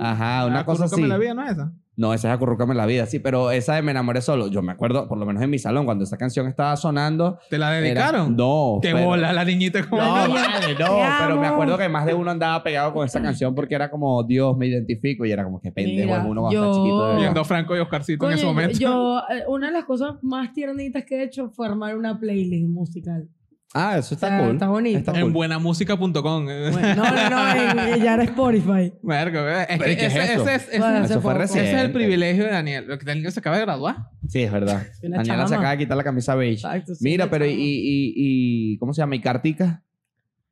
Speaker 4: Ajá, una
Speaker 5: Ah,
Speaker 4: cosa
Speaker 5: Curruca
Speaker 4: así.
Speaker 5: me la vida, ¿no es esa?
Speaker 4: No, esa es Acurrúcame la vida, sí, pero esa de Me enamoré solo. Yo me acuerdo, por lo menos en mi salón, cuando esa canción estaba sonando.
Speaker 5: ¿Te la
Speaker 4: era-
Speaker 5: dedicaron?
Speaker 4: no.
Speaker 5: Qué
Speaker 4: pero-
Speaker 5: bola la niñita
Speaker 4: No,
Speaker 5: como...
Speaker 4: vale, no,
Speaker 2: Te
Speaker 4: pero me
Speaker 2: amo.
Speaker 4: acuerdo que más de uno andaba pegado con esa canción porque era como Dios me identifico y era como que pendejo
Speaker 2: Mira,
Speaker 4: es uno cuando está
Speaker 2: yo-
Speaker 4: chiquito. de verdad.
Speaker 5: Viendo a Franco y Oscarcito
Speaker 2: Coño,
Speaker 5: en ese
Speaker 2: yo-
Speaker 5: momento.
Speaker 2: Yo, eh, una de las cosas más tiernitas que he hecho fue armar una playlist musical.
Speaker 4: Ah, eso está
Speaker 2: O sea,
Speaker 4: cool.
Speaker 2: Está bonito.
Speaker 4: Está
Speaker 5: en
Speaker 4: cool.
Speaker 5: buenamusica.com.
Speaker 2: Bueno, no, no, no, en- en- ya era Spotify.
Speaker 5: Verga, es
Speaker 4: Pero
Speaker 5: que
Speaker 4: ¿y qué es
Speaker 5: ese,
Speaker 4: eso?
Speaker 5: ese es, ese
Speaker 2: Bueno,
Speaker 5: es-
Speaker 2: hace
Speaker 4: Eso fue
Speaker 2: poco.
Speaker 5: ese es
Speaker 4: reciente.
Speaker 5: el privilegio de Daniel. Lo que Daniel se acaba de graduar.
Speaker 4: Sí, es verdad.
Speaker 2: Soy una
Speaker 4: Daniela se
Speaker 2: chama.
Speaker 4: acaba de quitar la camisa beige.
Speaker 2: Exacto, sí,
Speaker 4: Mira,
Speaker 2: una
Speaker 4: pero y,
Speaker 2: chama.
Speaker 4: y, y- ¿cómo se llama? ¿Y cartica?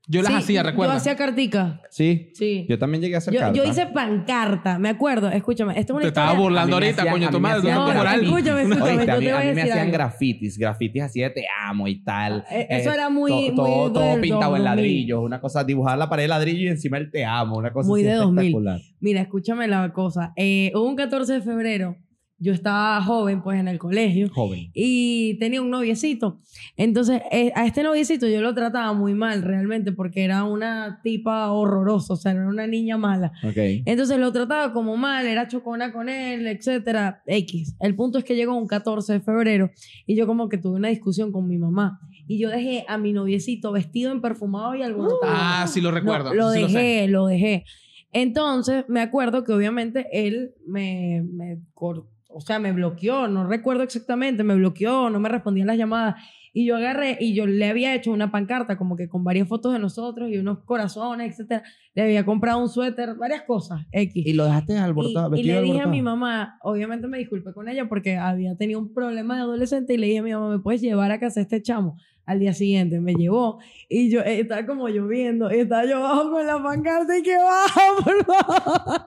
Speaker 5: Yo las
Speaker 2: Sí,
Speaker 5: hacía, recuerda.
Speaker 2: Yo hacía cartica.
Speaker 4: Sí.
Speaker 2: Sí.
Speaker 4: Yo también llegué a hacer
Speaker 2: Yo,
Speaker 4: carta.
Speaker 2: yo hice pancarta, me acuerdo. Escúchame, esto es una
Speaker 5: Te estaba
Speaker 2: historia-
Speaker 5: burlando
Speaker 4: A mí me
Speaker 5: ahorita,
Speaker 4: hacían-
Speaker 5: coño,
Speaker 4: a
Speaker 5: tu
Speaker 4: mí me
Speaker 5: madre, tu
Speaker 4: hacían
Speaker 5: tanto
Speaker 2: No,
Speaker 5: moral.
Speaker 2: escúchame, escúchame,
Speaker 4: Oíste,
Speaker 2: yo
Speaker 4: a mí,
Speaker 2: te
Speaker 4: a
Speaker 2: voy
Speaker 4: mí
Speaker 2: a
Speaker 4: me
Speaker 2: decir
Speaker 4: hacían
Speaker 2: algo.
Speaker 4: grafitis, grafitis así de te amo y tal.
Speaker 2: Eh, eso
Speaker 4: Eh,
Speaker 2: era muy-
Speaker 4: to-
Speaker 2: muy
Speaker 4: todo, todo
Speaker 2: del
Speaker 4: pintado en
Speaker 2: 2000.
Speaker 4: ladrillos, una cosa dibujada en la pared de ladrillo y encima el te amo, una cosa
Speaker 2: Muy
Speaker 4: así
Speaker 2: de 2000.
Speaker 4: espectacular.
Speaker 2: Mira, escúchame la cosa. Eh, hubo un 14 de febrero, yo estaba joven, pues en el colegio,
Speaker 4: Joven.
Speaker 2: y tenía un noviecito. Entonces, eh, a este noviecito yo lo trataba muy mal realmente, porque era una tipa horrorosa, o sea, era una niña mala.
Speaker 4: Ok.
Speaker 2: Entonces lo trataba como mal, era chocona con él, etcétera, X. El punto es que llegó un 14 de febrero y yo como que tuve una discusión con mi mamá y yo dejé a mi noviecito vestido en perfumado y alborotado.
Speaker 5: Ah, sí lo
Speaker 2: No,
Speaker 5: recuerdo.
Speaker 2: lo
Speaker 5: sí sé.
Speaker 2: dejé, lo, dejé. Entonces me acuerdo que obviamente él me, me cor- o sea, me bloqueó, no recuerdo exactamente, me bloqueó, no me respondía las llamadas. Y yo agarré y yo le había hecho una pancarta como que con varias fotos de nosotros y unos corazones, etcétera. Le había comprado un suéter, varias cosas, X.
Speaker 4: Y lo dejaste
Speaker 2: Y,
Speaker 4: alborotado,
Speaker 2: y
Speaker 4: vestido
Speaker 2: le dije a
Speaker 4: alborotado.
Speaker 2: mi mamá, obviamente me disculpé con ella porque había tenido un problema de adolescente y le dije a mi mamá, ¿me puedes llevar a casa a este chamo? Al día siguiente me llevó y yo eh, estaba como lloviendo y estaba yo bajo con la pancarta y que bajo, por favor.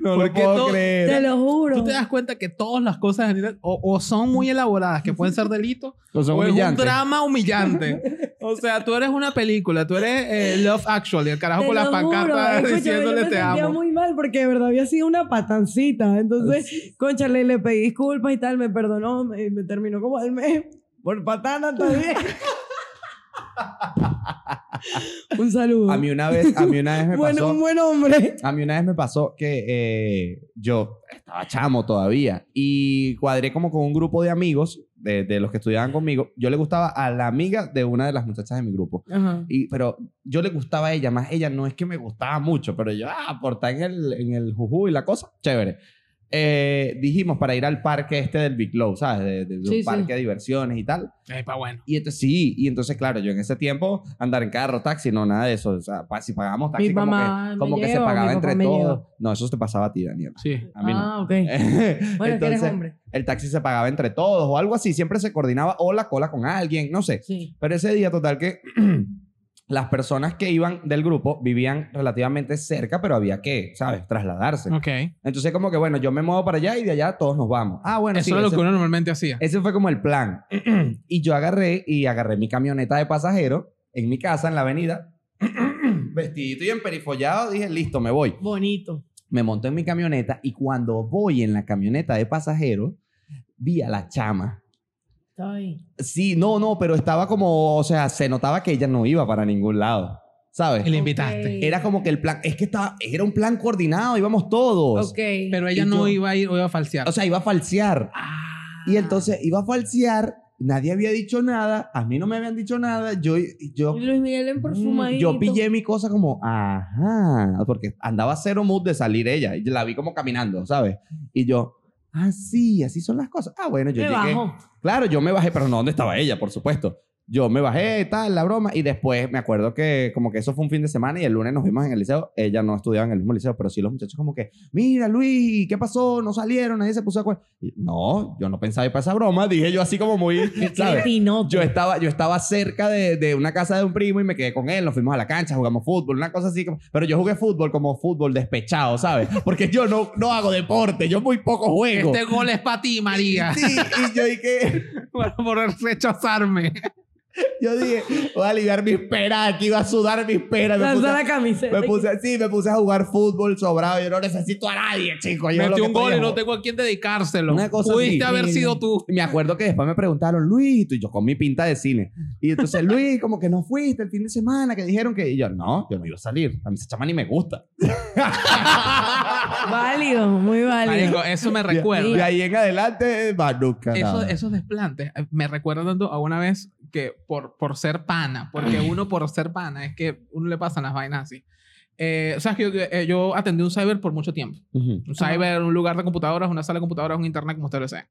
Speaker 4: No
Speaker 5: ¿Por
Speaker 4: lo
Speaker 5: qué
Speaker 4: puedo
Speaker 5: todo-
Speaker 4: creer.
Speaker 2: Te lo juro.
Speaker 5: Tú te das cuenta que todas las cosas en general o, o son muy elaboradas, que pueden ser delitos,
Speaker 4: Lo son
Speaker 5: o es un
Speaker 4: humillantes.
Speaker 5: drama humillante. O sea, tú eres una película, tú eres eh, Love Actually, el carajo
Speaker 2: Te
Speaker 5: con
Speaker 2: lo
Speaker 5: las
Speaker 2: juro,
Speaker 5: pancartas
Speaker 2: escúchame,
Speaker 5: diciéndole
Speaker 2: yo me
Speaker 5: te
Speaker 2: sentía
Speaker 5: amo.
Speaker 2: muy mal porque de verdad había sido una patancita. Entonces, conchale, le pedí disculpas y tal, me perdonó, me, me terminó como al mes. Por patana también. un saludo.
Speaker 4: A mí una vez, a mí una vez me
Speaker 2: Bueno,
Speaker 4: pasó.
Speaker 2: un buen hombre.
Speaker 4: A mí una vez me pasó que eh, yo estaba chamo todavía y cuadré como con un grupo de amigos, de, de los que estudiaban conmigo. Yo le gustaba a la amiga de una de las muchachas de mi grupo.
Speaker 2: Ajá.
Speaker 4: Y, pero yo le gustaba a ella, más ella no es que me gustaba mucho, pero yo, ah, por estar en el, en el jujú y la cosa, chévere. Eh, dijimos para ir al parque este del Big Low, ¿sabes? De, de- de un
Speaker 2: Sí, sí.
Speaker 4: parque de diversiones y tal.
Speaker 5: Eh, pa' bueno.
Speaker 4: Y entonces, sí, y entonces, claro, yo en ese tiempo, andar en carro, taxi, no, nada de eso. O sea, pa- si pagábamos taxi,
Speaker 2: Mi
Speaker 4: como
Speaker 2: mamá
Speaker 4: que,
Speaker 2: me
Speaker 4: como que se
Speaker 2: lleva, mi
Speaker 4: pagaba
Speaker 2: papá
Speaker 4: entre
Speaker 2: me
Speaker 4: todos.
Speaker 2: lleva.
Speaker 4: No, eso te pasaba a ti, Daniel.
Speaker 5: Sí.
Speaker 4: A mí no.
Speaker 2: Ah, ok. Bueno, es que eres
Speaker 4: entonces,
Speaker 2: hombre.
Speaker 4: el taxi se pagaba entre todos o algo así. Siempre se coordinaba o la cola con alguien, no sé.
Speaker 2: Sí.
Speaker 4: Pero ese día, total, que las personas que iban del grupo vivían relativamente cerca, pero había que, ¿sabes?, trasladarse.
Speaker 5: Ok.
Speaker 4: Entonces, como que, bueno, yo me muevo para allá y de allá todos nos vamos. Ah, bueno,
Speaker 5: Eso
Speaker 4: sí,
Speaker 5: era lo
Speaker 4: ese-
Speaker 5: que uno normalmente hacía.
Speaker 4: ese fue como el plan. y yo agarré y agarré mi camioneta de pasajero en mi casa, en la avenida, vestidito y emperifollado. Dije, listo, me voy.
Speaker 2: Bonito.
Speaker 4: Me monto en mi camioneta y cuando voy en la camioneta de pasajero, vi a la chama.
Speaker 2: Está ahí.
Speaker 4: Sí, no, no, pero estaba como, o sea, se notaba que ella no iba para ningún lado,
Speaker 5: Y
Speaker 4: ¿sabes?
Speaker 5: le invitaste.
Speaker 2: Ok.
Speaker 4: Era como que el plan, es que estaba, era un plan coordinado, íbamos todos.
Speaker 2: Ok.
Speaker 5: Pero ella
Speaker 4: Y
Speaker 5: no
Speaker 4: yo-
Speaker 5: iba a ir o iba a falsear.
Speaker 4: O sea, iba a falsear.
Speaker 2: Ah.
Speaker 4: Y entonces iba a falsear, nadie había dicho nada, a mí no me habían dicho nada, yo, yo,
Speaker 2: Y Luis Miguel en perfumadito.
Speaker 4: Mm, yo pillé mi cosa como, ajá, porque andaba cero mood de salir ella, y la vi como caminando, ¿sabes? Y yo, ah, sí, así son las cosas. Ah, bueno, yo
Speaker 2: Me
Speaker 4: llegué.
Speaker 2: bajo.
Speaker 4: Claro, yo me bajé, pero no, ¿dónde estaba ella? Por supuesto. Yo me bajé, tal, la broma, y después me acuerdo que como que eso fue un fin de semana y el lunes nos vimos en el liceo. Ella no estudiaba en el mismo liceo, pero sí los muchachos como que, mira, Luis, ¿qué pasó? No salieron, nadie se puso de acuerdo. Y, no, yo no pensaba ir para esa broma, dije yo así como muy, ¿sabes?
Speaker 2: Cretinote.
Speaker 4: Yo estaba, yo estaba cerca de, de una casa de un primo y me quedé con él. Nos fuimos a la cancha, jugamos fútbol, una cosa así. como- Pero yo jugué fútbol como fútbol despechado, ¿sabes? Porque yo no, no hago deporte, yo muy poco juego.
Speaker 5: Este gol es para ti, María.
Speaker 4: Sí, y yo dije,
Speaker 5: Por- Por rechazarme.
Speaker 4: Yo dije, voy a aliviar mis penas, aquí va a sudar mis penas. Me
Speaker 2: Lanzó
Speaker 4: puse,
Speaker 2: la camiseta.
Speaker 4: me puse- sí, me puse a jugar fútbol sobrado. Yo no necesito a nadie, chico. Yo lo
Speaker 5: Metí
Speaker 4: que
Speaker 5: un gol y
Speaker 4: estoy es-
Speaker 5: no tengo a quién dedicárselo.
Speaker 4: Una cosa así.
Speaker 5: Pudiste haber sido tú.
Speaker 4: Y me acuerdo que después me preguntaron, Luis, y yo con mi pinta de cine. Y entonces, Luis, como que no fuiste el fin de semana, que dijeron que. Y yo, no, yo no iba a salir. A mí esa chama ni me gusta.
Speaker 2: Válido, muy válido.
Speaker 5: Marico, eso me recuerda.
Speaker 4: De ahí en adelante, va nunca.
Speaker 5: Eso-
Speaker 4: nada.
Speaker 5: esos desplantes eh, me recuerdan tanto a una vez que por, por ser pana, porque uno por ser pana es que uno le pasan las vainas así. Eh, Sabes que yo, eh, yo atendí un cyber por mucho tiempo.
Speaker 4: Ujú.
Speaker 5: Un cyber, un lugar de computadoras, una sala de computadoras, un internet, como ustedes lo sean.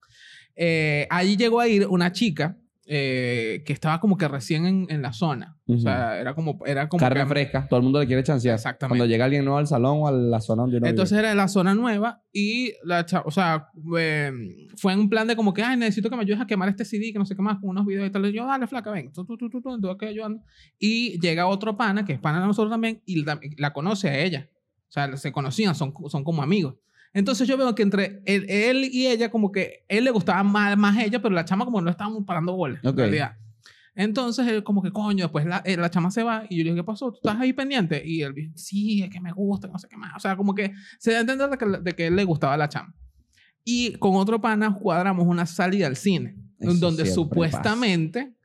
Speaker 5: Eh, allí llegó a ir una chica eh, que estaba como que recién en, en la zona. O sea, era como... Era como
Speaker 4: Carne
Speaker 5: que-
Speaker 4: fresca, todo el mundo le quiere chancear.
Speaker 5: Exactamente.
Speaker 4: Cuando llega alguien nuevo al salón o a la zona donde uno vive.
Speaker 5: Entonces era la zona nueva y la cha- o sea, eh, fue en un plan de como que, ay, necesito que me ayudes a quemar este CD, que no sé qué más, con unos videos y tal. Y yo, dale, flaca, ven. Tú, tú, tú, tú, tú. Entonces, que ayudando. Y llega otro pana, que es pana de nosotros también, y la, la conoce a ella. O sea, se conocían, son, son como amigos. Entonces yo veo que entre él, él y ella, como que él le gustaba más, más ella, pero la chama como no estaba parando bolas,
Speaker 4: Ok.
Speaker 5: en realidad. Entonces él como que, coño, después la, eh, la chama se va y yo le digo, ¿qué pasó? ¿Tú estás ahí pendiente? Y él, sí, es que me gusta, no sé qué más. O sea, como que se da a entender de que, de que él le gustaba la chama. Y con otro pana cuadramos una salida al cine,
Speaker 4: Eso
Speaker 5: en donde
Speaker 4: siempre
Speaker 5: supuestamente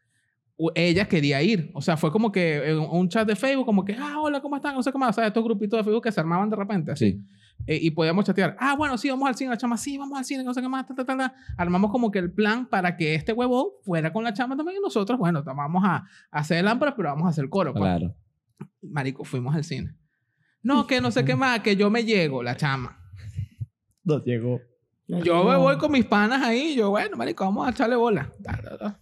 Speaker 5: u- ella quería ir. O sea, fue como que en un chat de Facebook, como que, ah, hola, ¿cómo están? No sé qué más. O sea, estos grupitos de Facebook que se armaban de repente. así.
Speaker 4: Sí.
Speaker 5: Eh, y podíamos chatear. Ah, bueno, sí, vamos al cine. La chama, sí, vamos al cine, no sé qué más. ta, ta, ta, ta. Armamos como que el plan para que este huevo fuera con la chama también. Y nosotros, bueno, vamos a, a hacer lámparas, pero vamos a hacer coro. pues.
Speaker 4: Claro.
Speaker 5: Marico, fuimos al cine. No, que no sé qué más, que yo me llego, la chama.
Speaker 4: No llegó.
Speaker 5: Yo me voy con mis panas ahí. Yo, bueno, marico, vamos a echarle bola. Ta, ta, ta.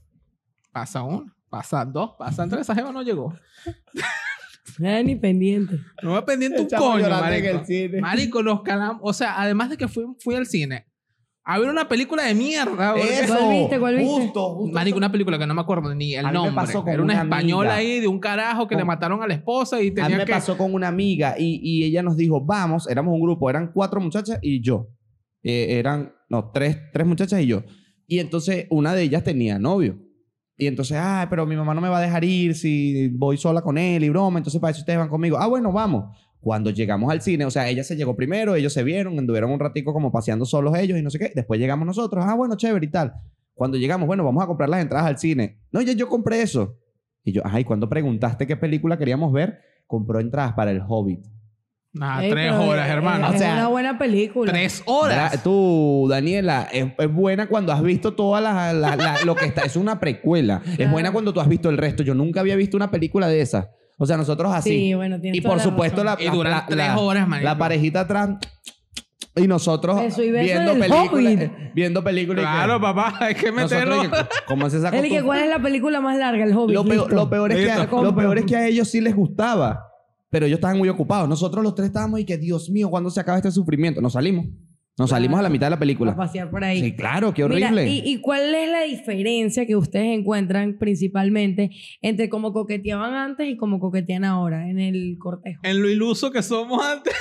Speaker 5: Pasa uno, pasa dos, pasa tres. Esa jeva no llegó.
Speaker 2: Nada ni pendiente.
Speaker 5: No me pendiente un
Speaker 4: Chamo
Speaker 5: coño,
Speaker 4: llorando en
Speaker 5: marico.
Speaker 4: el cine.
Speaker 5: Marico, los calamos. O sea, además de que fui, fui al cine a ver una película de mierda. porque-
Speaker 4: Eso.
Speaker 2: Ah, ¿Cuál viste? ¿Cuál viste?
Speaker 4: Justo, justo.
Speaker 5: Marico, una película que no me acuerdo ni el
Speaker 4: A mí me
Speaker 5: nombre.
Speaker 4: pasó con
Speaker 5: Era una,
Speaker 4: una
Speaker 5: española
Speaker 4: amiga.
Speaker 5: ahí de un carajo que le
Speaker 4: Con-
Speaker 5: mataron a la esposa y
Speaker 4: a mí
Speaker 5: tenía
Speaker 4: me
Speaker 5: que.
Speaker 4: pasó con una amiga y, y ella nos dijo, vamos, éramos un grupo, eran cuatro muchachas y yo. Eh, eran, no, tres, tres muchachas y yo. Y entonces una de ellas tenía novio. Y entonces, ah, pero mi mamá no me va a dejar ir si voy sola con él y broma, entonces para eso ustedes van conmigo. Ah, bueno, vamos. Cuando llegamos al cine, o sea, ella se llegó primero, ellos se vieron, anduvieron un ratico como paseando solos ellos y no sé qué. Después llegamos nosotros, ah, bueno, chévere y tal. Cuando llegamos, bueno, vamos a comprar las entradas al cine. No, ya yo compré eso. Y yo, ay, cuando preguntaste qué película queríamos ver, compró entradas para El Hobbit.
Speaker 5: Nah,
Speaker 2: Ey,
Speaker 5: tres
Speaker 2: pero,
Speaker 5: horas,
Speaker 2: eh,
Speaker 5: hermano.
Speaker 2: Es
Speaker 4: O sea,
Speaker 2: una buena película.
Speaker 5: Tres horas.
Speaker 4: ¿Verdad? Tú, Daniela, es, es buena cuando has visto toda la, la- la- lo que está. Es una precuela. Es
Speaker 2: Claro.
Speaker 4: buena cuando tú has visto el resto. Yo nunca había visto una película de esas. O sea, nosotros así.
Speaker 2: Sí, bueno, tienes
Speaker 4: y
Speaker 2: toda
Speaker 4: por
Speaker 2: la
Speaker 4: supuesto
Speaker 2: razón.
Speaker 4: la,
Speaker 5: y duran
Speaker 4: la-
Speaker 5: tres
Speaker 4: la-
Speaker 5: horas, marico.
Speaker 4: la parejita atrás y nosotros
Speaker 2: Beso y beso
Speaker 4: viendo
Speaker 2: del
Speaker 4: películas.
Speaker 2: Hobbit.
Speaker 4: eh, Viendo películas. y que-
Speaker 5: Claro, papá, hay que
Speaker 4: nosotros
Speaker 5: meterlo.
Speaker 4: y que, ¿Cómo se sacó
Speaker 2: Él y que,
Speaker 4: tú?
Speaker 2: ¿cuál es la película más larga? El Hobbit.
Speaker 4: Lo peor,
Speaker 2: listo.
Speaker 4: lo peor es que a,
Speaker 2: Listo.
Speaker 4: lo peor es que a ellos sí les gustaba. Pero ellos estaban muy ocupados. Nosotros los tres estábamos y que, Dios mío, ¿cuándo se acaba este sufrimiento? Nos salimos. Nos salimos a la mitad de la
Speaker 2: A
Speaker 4: película.
Speaker 2: pasear por ahí.
Speaker 4: Sí, claro, qué
Speaker 2: Mira,
Speaker 4: horrible.
Speaker 2: ¿y, y cuál es la diferencia que ustedes encuentran principalmente entre cómo coqueteaban antes y cómo coquetean ahora en el cortejo?
Speaker 5: En lo iluso que somos antes.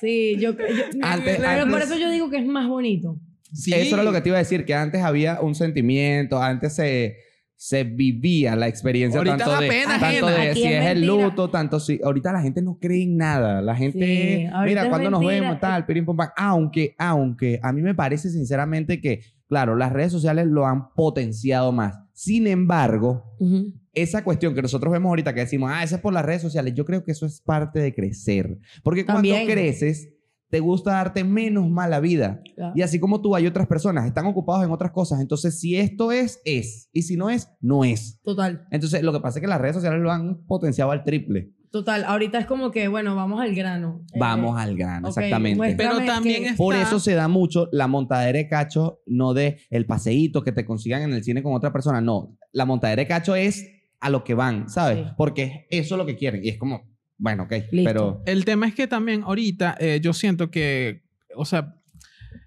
Speaker 2: Sí, yo, yo-
Speaker 4: Antes-
Speaker 2: pero
Speaker 4: antes-
Speaker 2: por eso yo digo que es más bonito.
Speaker 5: Sí.
Speaker 4: Eso era lo que te iba a decir, que antes había un sentimiento, antes se, se vivía la experiencia
Speaker 5: Ahorita
Speaker 4: tanto
Speaker 5: la
Speaker 4: de,
Speaker 5: pena
Speaker 4: tanto
Speaker 5: ajena.
Speaker 4: de
Speaker 2: Aquí
Speaker 4: si
Speaker 2: es
Speaker 4: es el
Speaker 2: mentira.
Speaker 4: luto, tanto si ahorita la gente no cree en nada, la
Speaker 2: Sí,
Speaker 4: gente
Speaker 2: ahorita
Speaker 4: mira
Speaker 2: es
Speaker 4: cuando nos
Speaker 2: mentira.
Speaker 4: vemos tal, pirim pum pam, aunque aunque a mí me parece sinceramente que claro, las redes sociales lo han potenciado más. Sin embargo,
Speaker 2: Ujú.
Speaker 4: esa cuestión que nosotros vemos ahorita que decimos, ah, eso es por las redes sociales, yo creo que eso es parte de crecer, porque
Speaker 2: También.
Speaker 4: cuando creces te gusta darte menos mala vida.
Speaker 2: Ya.
Speaker 4: Y así como tú, hay otras personas, están ocupados en otras cosas. Entonces, si esto es, es. Y si no es, no es.
Speaker 2: Total,
Speaker 4: Entonces, lo que pasa es que las redes sociales lo han potenciado al triple.
Speaker 2: total. Ahorita es como que, bueno, vamos al grano. Eh,
Speaker 4: Vamos al grano,
Speaker 2: ok, pues,
Speaker 4: exactamente.
Speaker 2: muestra-
Speaker 5: Pero
Speaker 2: Espérame
Speaker 5: también
Speaker 2: que-
Speaker 5: está.
Speaker 4: Por eso se da mucho la montadera de cacho, no de el paseíto que te consigan en el cine con otra persona. No, la montadera de cacho es a lo que van, ¿sabes?
Speaker 2: Sí.
Speaker 4: Porque eso es lo que quieren. Y es como, bueno, ok,
Speaker 2: Listo.
Speaker 4: pero...
Speaker 5: El tema es que también ahorita eh, yo siento que, o sea,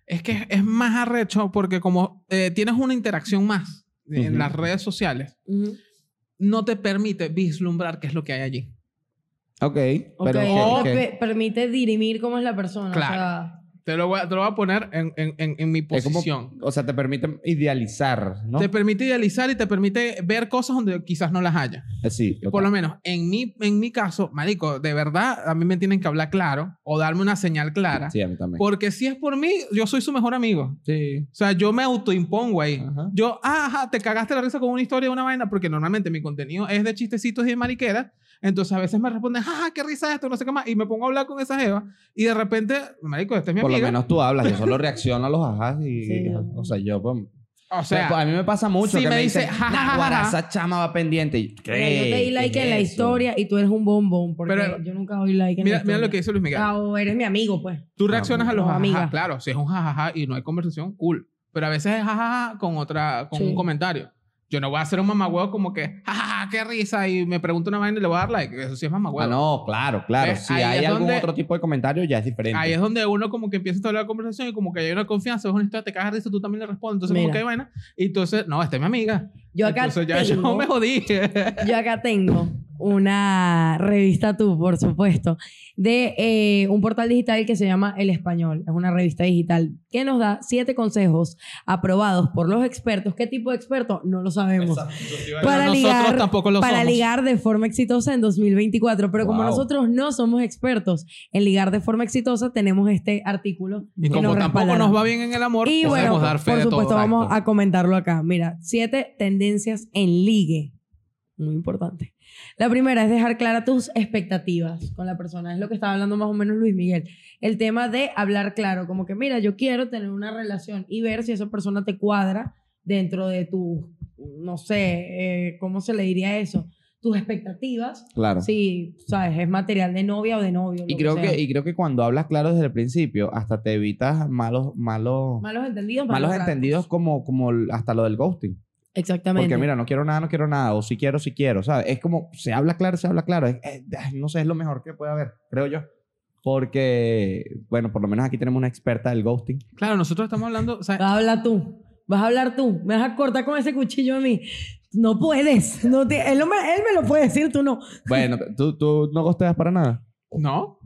Speaker 5: es que es más arrecho porque como eh, tienes una interacción más en
Speaker 4: Ujú.
Speaker 5: las redes sociales,
Speaker 2: Ujú.
Speaker 5: no te permite vislumbrar qué es lo que hay allí.
Speaker 4: Ok, pero...
Speaker 2: Ok,
Speaker 4: ¿qué-
Speaker 2: no
Speaker 4: qué?
Speaker 2: pe- permite dirimir cómo es la persona. o
Speaker 5: Claro.
Speaker 2: sea,
Speaker 5: Te lo voy a, te lo voy a poner en, en- en- en mi
Speaker 4: Es como-
Speaker 5: posición.
Speaker 4: o sea, te permite idealizar, ¿no?
Speaker 5: Te permite idealizar y te permite ver cosas donde quizás no las haya.
Speaker 4: Eh, Sí,
Speaker 5: Por
Speaker 4: total.
Speaker 5: lo menos en mi, en mi caso, marico, de verdad, a mí me tienen que hablar claro o darme una señal clara.
Speaker 4: Sí, a mí también.
Speaker 5: Porque si es por mí, yo soy su mejor amigo.
Speaker 4: Sí.
Speaker 5: O sea, yo me autoimpongo ahí.
Speaker 4: Ajá.
Speaker 5: Yo, ah, ajá, te cagaste la risa con una historia de una vaina, porque normalmente mi contenido es de chistecitos y de mariqueras. Entonces a veces me responden, jaja, qué risa esto, no sé qué más. Y me pongo a hablar con esa jeva. Y de repente, marico, esta es mi
Speaker 4: Por lo
Speaker 5: amiga.
Speaker 4: menos tú hablas, yo solo reacciono a los ajás y.
Speaker 2: Sí, yo-
Speaker 4: o sea, yo. pues,
Speaker 5: o
Speaker 4: O sea,
Speaker 5: sea,
Speaker 4: pues, a mí me pasa mucho
Speaker 5: si
Speaker 4: que
Speaker 5: me
Speaker 4: me
Speaker 5: dice,
Speaker 4: dicen,
Speaker 5: "Ja, ja, ja, ja,
Speaker 4: "Naguará,
Speaker 5: ja".
Speaker 4: esa chama va pendiente. Y yo,
Speaker 2: Mira, yo te di
Speaker 4: ¿qué
Speaker 2: like
Speaker 4: es
Speaker 2: en la
Speaker 4: eso?
Speaker 2: historia y tú eres un bombón porque
Speaker 5: Pero-
Speaker 2: yo nunca doy like en
Speaker 5: mira,
Speaker 2: la historia.
Speaker 5: mira lo que dice Luis Miguel.
Speaker 2: Ah, o eres mi amigo, pues.
Speaker 5: Tú reaccionas a los
Speaker 2: no,
Speaker 5: jajaja.
Speaker 2: amiga.
Speaker 5: Claro, si es un jajaja y no hay conversación, cool. Pero a veces es jajaja con otra, con
Speaker 2: Sí.
Speaker 5: un comentario. Yo no voy a hacer un mamagüeo como que, jajaja, qué risa, y me pregunto una vaina y le voy a dar like. Eso sí es
Speaker 4: Ah,
Speaker 5: mamagüeo.
Speaker 4: no, claro, claro.
Speaker 5: Eh,
Speaker 4: si
Speaker 5: ahí
Speaker 4: hay
Speaker 5: es
Speaker 4: algún
Speaker 5: donde-
Speaker 4: otro tipo de comentario, ya es diferente.
Speaker 5: Ahí es donde uno como que empieza a hablar la conversación y como que hay una confianza, es una historia, te cagas de risa, tú también le respondes. Entonces como
Speaker 2: Mira.
Speaker 5: que hay vaina. Y entonces, no, esta es mi amiga.
Speaker 2: Yo acá
Speaker 5: entonces ya
Speaker 2: tengo...
Speaker 5: yo me jodí.
Speaker 2: Yo acá tengo una revista tú, por supuesto, de eh, un portal digital que se llama El Español. Es una revista digital que nos da siete consejos aprobados por los expertos. ¿Qué tipo de expertos? No lo sabemos. Para
Speaker 5: Pero
Speaker 2: ligar-
Speaker 5: nosotros tampoco lo
Speaker 2: Para
Speaker 5: somos.
Speaker 2: ligar de forma exitosa en 2024. Pero como
Speaker 4: Wow.
Speaker 2: nosotros no somos expertos en ligar de forma exitosa, tenemos este artículo.
Speaker 5: Y
Speaker 2: que
Speaker 5: como
Speaker 2: nos
Speaker 5: tampoco
Speaker 2: respaldará.
Speaker 5: nos va bien en el amor,
Speaker 2: Y
Speaker 5: podemos
Speaker 2: bueno,
Speaker 5: dar fe
Speaker 2: por
Speaker 5: de todo.
Speaker 2: supuesto, vamos
Speaker 4: exacto.
Speaker 2: a comentarlo acá. Mira, siete tendencias en ligue. Muy importante. La primera es dejar claras tus expectativas con la persona. Es lo que estaba hablando más o menos Luis Miguel. El tema de hablar claro, como que mira, yo quiero tener una relación y ver si esa persona te cuadra dentro de tu, no sé, eh, ¿cómo se le diría eso? Tus expectativas.
Speaker 4: Claro.
Speaker 2: Sí, sabes, es material de novia o de novio.
Speaker 4: Y
Speaker 2: lo
Speaker 4: creo,
Speaker 2: sea.
Speaker 4: que, y creo que cuando hablas claro desde el principio, hasta te evitas malos, malos, malos,
Speaker 2: malos entendidos. ratos.
Speaker 4: entendidos como, como el- hasta lo del ghosting.
Speaker 2: Exactamente.
Speaker 4: Porque mira, no quiero nada, no quiero nada, o si quiero, si quiero, ¿sabes? Es como, se habla claro, se habla claro. Es- es- ay, no sé, es lo mejor que puede haber, creo yo. Porque, bueno, por lo menos aquí tenemos una experta del ghosting.
Speaker 5: Claro, nosotros estamos hablando, o sea,
Speaker 2: Vas a hablar tú. Vas a hablar tú. Me vas a cortar con ese cuchillo a mí. No puedes. No te- él, no me, él me lo puede decir, tú no.
Speaker 4: Bueno, ¿tú, tú no ghosteas para nada?
Speaker 5: no.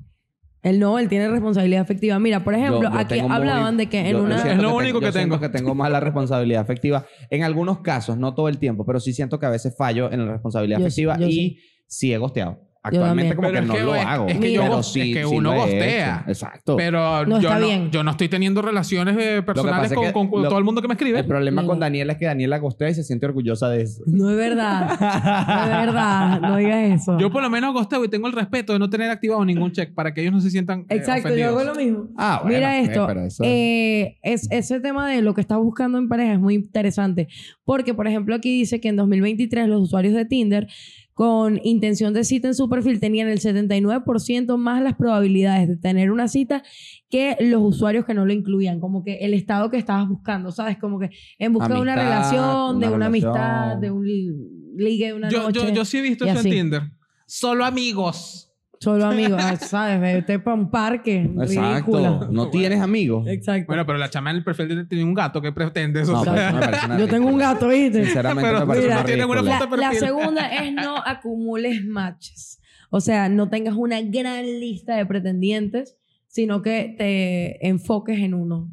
Speaker 2: Él no, él tiene responsabilidad afectiva. Mira, por ejemplo,
Speaker 4: Yo- yo
Speaker 2: aquí
Speaker 4: tengo muy-
Speaker 2: hablaban de que en
Speaker 4: yo- yo
Speaker 2: una...
Speaker 5: Es
Speaker 4: siento
Speaker 5: lo
Speaker 4: te-
Speaker 5: único
Speaker 4: yo
Speaker 5: que
Speaker 4: siento
Speaker 5: tengo.
Speaker 4: que tengo más la responsabilidad afectiva. En algunos casos, no todo el tiempo, pero sí siento que a veces fallo en la responsabilidad
Speaker 2: Yo sí,
Speaker 4: afectiva
Speaker 2: yo
Speaker 4: y
Speaker 2: sí.
Speaker 4: sí he gosteado. Actualmente
Speaker 2: también.
Speaker 4: como que
Speaker 5: Pero es
Speaker 4: no
Speaker 5: que
Speaker 4: lo
Speaker 5: es-
Speaker 4: hago.
Speaker 5: es
Speaker 2: que yo
Speaker 4: pero
Speaker 5: gos-
Speaker 4: sí,
Speaker 5: es que
Speaker 4: sí
Speaker 5: uno
Speaker 4: lo he
Speaker 5: gostea.
Speaker 4: hecho. Exacto.
Speaker 5: Pero
Speaker 2: No,
Speaker 5: yo,
Speaker 2: está
Speaker 5: no,
Speaker 2: bien.
Speaker 5: yo no estoy teniendo relaciones eh, personales
Speaker 4: pasa es
Speaker 5: con,
Speaker 4: que
Speaker 5: con
Speaker 4: lo-
Speaker 5: todo el mundo que me escribe.
Speaker 4: el problema con
Speaker 2: Mira.
Speaker 4: Daniela es que Daniela gostea y se siente orgullosa de eso.
Speaker 2: No es verdad. No es verdad. No digas eso.
Speaker 5: Yo por lo menos gosteo y tengo el respeto de no tener activado ningún check para que ellos no se sientan eh,
Speaker 2: Exacto, yo
Speaker 5: ofendidos.
Speaker 2: hago lo mismo.
Speaker 4: Ah, bueno,
Speaker 2: Mira
Speaker 4: eh,
Speaker 2: esto,
Speaker 4: pero eso-
Speaker 2: eh, es, ese tema de lo que estás buscando en pareja es muy interesante, porque por ejemplo aquí dice que en 2023 los usuarios de Tinder con intención de cita en su perfil tenían el 79% más las probabilidades de tener una cita que los usuarios que no lo incluían, como que el estado que estabas buscando, ¿sabes? Como que en busca de una
Speaker 4: Amistad,
Speaker 2: relación, de
Speaker 4: una
Speaker 2: una
Speaker 4: relación.
Speaker 2: amistad, de un li- ligue de una
Speaker 5: yo,
Speaker 2: noche.
Speaker 5: yo, yo sí he visto
Speaker 2: y
Speaker 5: eso
Speaker 2: así.
Speaker 5: en Tinder. Solo amigos.
Speaker 2: Solo amigos, ah, ¿sabes? Vete para un parque,
Speaker 4: Exacto.
Speaker 2: ridícula.
Speaker 4: No tienes amigos.
Speaker 2: Exacto.
Speaker 5: Bueno, pero la chama en el perfil de- tiene un gato que pretende eso.
Speaker 4: No,
Speaker 5: O sea,
Speaker 4: pero eso me parece una
Speaker 2: Yo tengo un
Speaker 4: ridícula.
Speaker 2: gato, ¿viste?
Speaker 4: Sinceramente
Speaker 5: Pero
Speaker 4: me parece
Speaker 2: mira,
Speaker 4: una
Speaker 5: tiene buena
Speaker 4: ridícula.
Speaker 5: foto.
Speaker 2: La,
Speaker 5: Puta
Speaker 2: la
Speaker 5: perfil.
Speaker 2: segunda es no acumules matches. O sea, no tengas una gran lista de pretendientes, sino que te enfoques en uno.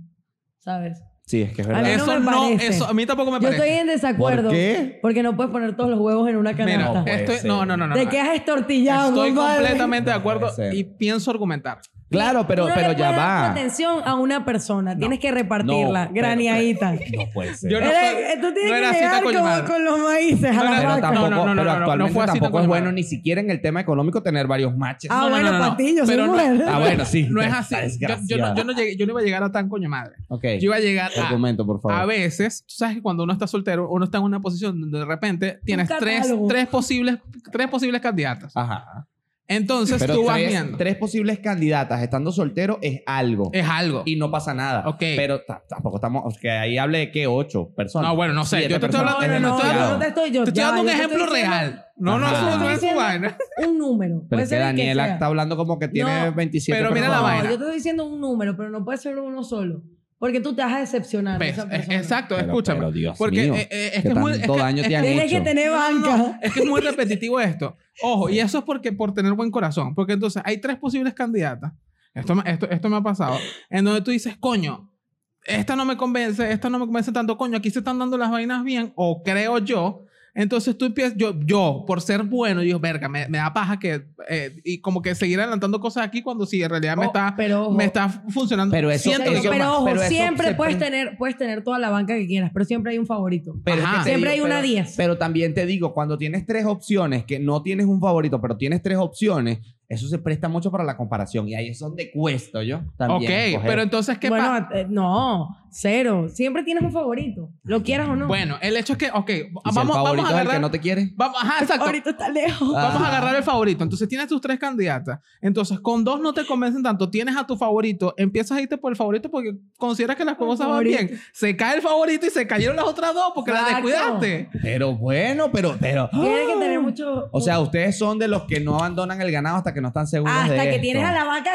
Speaker 2: ¿Sabes?
Speaker 4: Sí, es que es
Speaker 2: A mí
Speaker 4: verdad.
Speaker 2: no
Speaker 5: eso
Speaker 2: me
Speaker 5: no,
Speaker 2: parece.
Speaker 5: eso a mí tampoco me
Speaker 2: Yo
Speaker 5: parece.
Speaker 2: estoy en desacuerdo.
Speaker 4: ¿Por qué?
Speaker 2: Porque no puedes poner todos los huevos en una
Speaker 5: Mira,
Speaker 2: canasta.
Speaker 4: No puede
Speaker 5: estoy-
Speaker 4: ser.
Speaker 5: no, no, no, no.
Speaker 2: Te
Speaker 5: no.
Speaker 2: quedas estortillado,
Speaker 5: Estoy
Speaker 2: compadre.
Speaker 5: completamente de
Speaker 4: No puede
Speaker 5: acuerdo
Speaker 4: ser.
Speaker 5: y pienso argumentar.
Speaker 4: Claro, pero,
Speaker 2: Tú no
Speaker 4: pero
Speaker 2: le
Speaker 4: ya
Speaker 2: puedes dar
Speaker 4: va.
Speaker 2: atención a una persona. Tienes que repartirla,
Speaker 4: pero-
Speaker 2: graniadita.
Speaker 4: No puede ser.
Speaker 5: Yo no
Speaker 2: Eres-
Speaker 5: soy-
Speaker 2: tú tienes
Speaker 5: no era
Speaker 2: que
Speaker 5: cita
Speaker 2: llegar
Speaker 5: con
Speaker 2: como
Speaker 5: llamada.
Speaker 2: con los maíces a
Speaker 5: No
Speaker 2: la
Speaker 5: era-
Speaker 4: Pero
Speaker 2: vaca.
Speaker 5: Exacto.
Speaker 4: tampoco,
Speaker 5: No, no, no,
Speaker 4: pero
Speaker 5: no, no, no
Speaker 4: actualmente
Speaker 5: fue así
Speaker 4: tampoco
Speaker 5: tampoco,
Speaker 4: es
Speaker 5: no.
Speaker 4: bueno ni siquiera en el tema económico tener varios matches.
Speaker 2: Ah,
Speaker 5: No, no,
Speaker 2: bueno,
Speaker 5: no, no, no.
Speaker 2: patillo, soy
Speaker 5: Pero no-
Speaker 2: mujer.
Speaker 4: Ah, bueno, sí.
Speaker 5: No es así. Yo,
Speaker 4: Desgraciada.
Speaker 5: yo no, yo, no llegué- yo no iba a llegar a tan coño madre.
Speaker 4: Ok.
Speaker 5: Yo iba a llegar a...
Speaker 4: Documento, por favor.
Speaker 5: A veces, tú sabes que cuando uno está soltero, uno está en una posición donde de repente tienes tres,
Speaker 2: catálogo.
Speaker 5: tres, posibles, tres posibles candidatas.
Speaker 4: Ajá.
Speaker 5: Entonces
Speaker 4: Pero
Speaker 5: tú vas
Speaker 4: tres,
Speaker 5: viendo.
Speaker 4: tres posibles candidatas estando soltero es algo.
Speaker 5: Es algo.
Speaker 4: Y no pasa nada.
Speaker 5: Ok.
Speaker 4: Pero ta- tampoco estamos. Que ahí hable de qué, ocho personas.
Speaker 5: No, bueno, no sé.
Speaker 4: Siete
Speaker 5: Yo te estoy
Speaker 4: personas.
Speaker 5: hablando.
Speaker 4: Es
Speaker 2: no, no, no,
Speaker 5: demasiado.
Speaker 2: yo no te estoy yo.
Speaker 5: te estoy
Speaker 2: ya
Speaker 5: dando
Speaker 2: va,
Speaker 5: un
Speaker 2: yo te
Speaker 5: ejemplo
Speaker 2: estoy diciendo-
Speaker 5: real. No, no,
Speaker 4: Ajá.
Speaker 5: eso no es
Speaker 2: Estoy
Speaker 5: su
Speaker 2: diciendo-
Speaker 5: vaina.
Speaker 2: un número.
Speaker 4: Pero
Speaker 2: puede
Speaker 4: es que
Speaker 2: ser el que
Speaker 4: Daniela
Speaker 2: sea.
Speaker 4: está hablando como que tiene
Speaker 2: No,
Speaker 4: 27
Speaker 5: pero mira la
Speaker 2: No,
Speaker 4: personas.
Speaker 5: vaina.
Speaker 2: yo te estoy diciendo un número, pero no puede ser uno solo. Porque tú te vas a decepcionar. de
Speaker 5: Ves,
Speaker 2: esa
Speaker 5: es-
Speaker 2: persona.
Speaker 5: Pues, eh, exacto,
Speaker 4: Pero-
Speaker 5: escúchame.
Speaker 4: pero Dios
Speaker 5: porque
Speaker 4: mío,
Speaker 5: eh, eh,
Speaker 4: ¿Qué
Speaker 5: es que es muy. es
Speaker 4: tanto
Speaker 5: que-
Speaker 4: daño te han
Speaker 2: Tienes que
Speaker 4: hecho?
Speaker 2: tener banca.
Speaker 5: Es que es muy repetitivo esto. Ojo, y eso es porque por tener buen corazón. Porque entonces hay tres posibles candidatas. Esto, me- esto, esto me ha pasado. En donde tú dices, coño, esta no me convence, esta no me convence tanto, coño, aquí se están dando las vainas bien, o creo yo. Entonces tú empiezas, yo, yo por ser bueno, yo, verga, me, me da paja que, eh, y como que seguir adelantando cosas aquí cuando sí, en realidad me,
Speaker 2: Oh,
Speaker 5: está,
Speaker 2: pero ojo.
Speaker 5: me está funcionando.
Speaker 6: Pero eso-
Speaker 5: Siento
Speaker 2: Pero,
Speaker 5: que-
Speaker 6: pero
Speaker 2: ojo,
Speaker 6: eso
Speaker 2: siempre
Speaker 6: se
Speaker 2: puedes
Speaker 6: prin-
Speaker 2: tener, puedes tener toda la banca que quieras, pero siempre hay un favorito.
Speaker 6: Pero
Speaker 5: Ajá.
Speaker 6: es que te
Speaker 2: siempre
Speaker 6: digo,
Speaker 2: hay una
Speaker 6: pero-
Speaker 2: 10.
Speaker 4: Ah, Pero también te digo, cuando tienes tres opciones, que no tienes un favorito, pero tienes tres opciones, eso se presta mucho para la comparación. Y ahí es donde cuesto yo
Speaker 5: Ok,
Speaker 4: también. escoger.
Speaker 5: pero entonces, ¿qué
Speaker 2: Bueno,
Speaker 5: pasa?
Speaker 2: eh, no, cero. Siempre tienes un favorito, lo quieras o no.
Speaker 5: Bueno, el hecho es que, ok,
Speaker 4: ¿Y si el favorito
Speaker 5: vamos, vamos a
Speaker 4: es el
Speaker 5: agarrar...
Speaker 4: que no te quiere?
Speaker 5: vamos, ajá, exacto.
Speaker 2: favorito está lejos.
Speaker 5: Vamos a agarrar el favorito. Entonces tienes tus tres candidatas. Entonces, con dos no te convencen tanto. Tienes a tu favorito. Empiezas a irte por el favorito porque consideras que las cosas van
Speaker 2: favorito.
Speaker 5: bien. Se cae el favorito y se cayeron las otras dos porque las
Speaker 2: Exacto.
Speaker 5: descuidaste.
Speaker 4: Pero bueno, pero, pero.
Speaker 2: Tienes que tener mucho.
Speaker 4: O sea, ustedes son de los que no abandonan el ganado hasta que no están seguros de
Speaker 2: hasta que
Speaker 4: esto.
Speaker 2: tienes a la vaca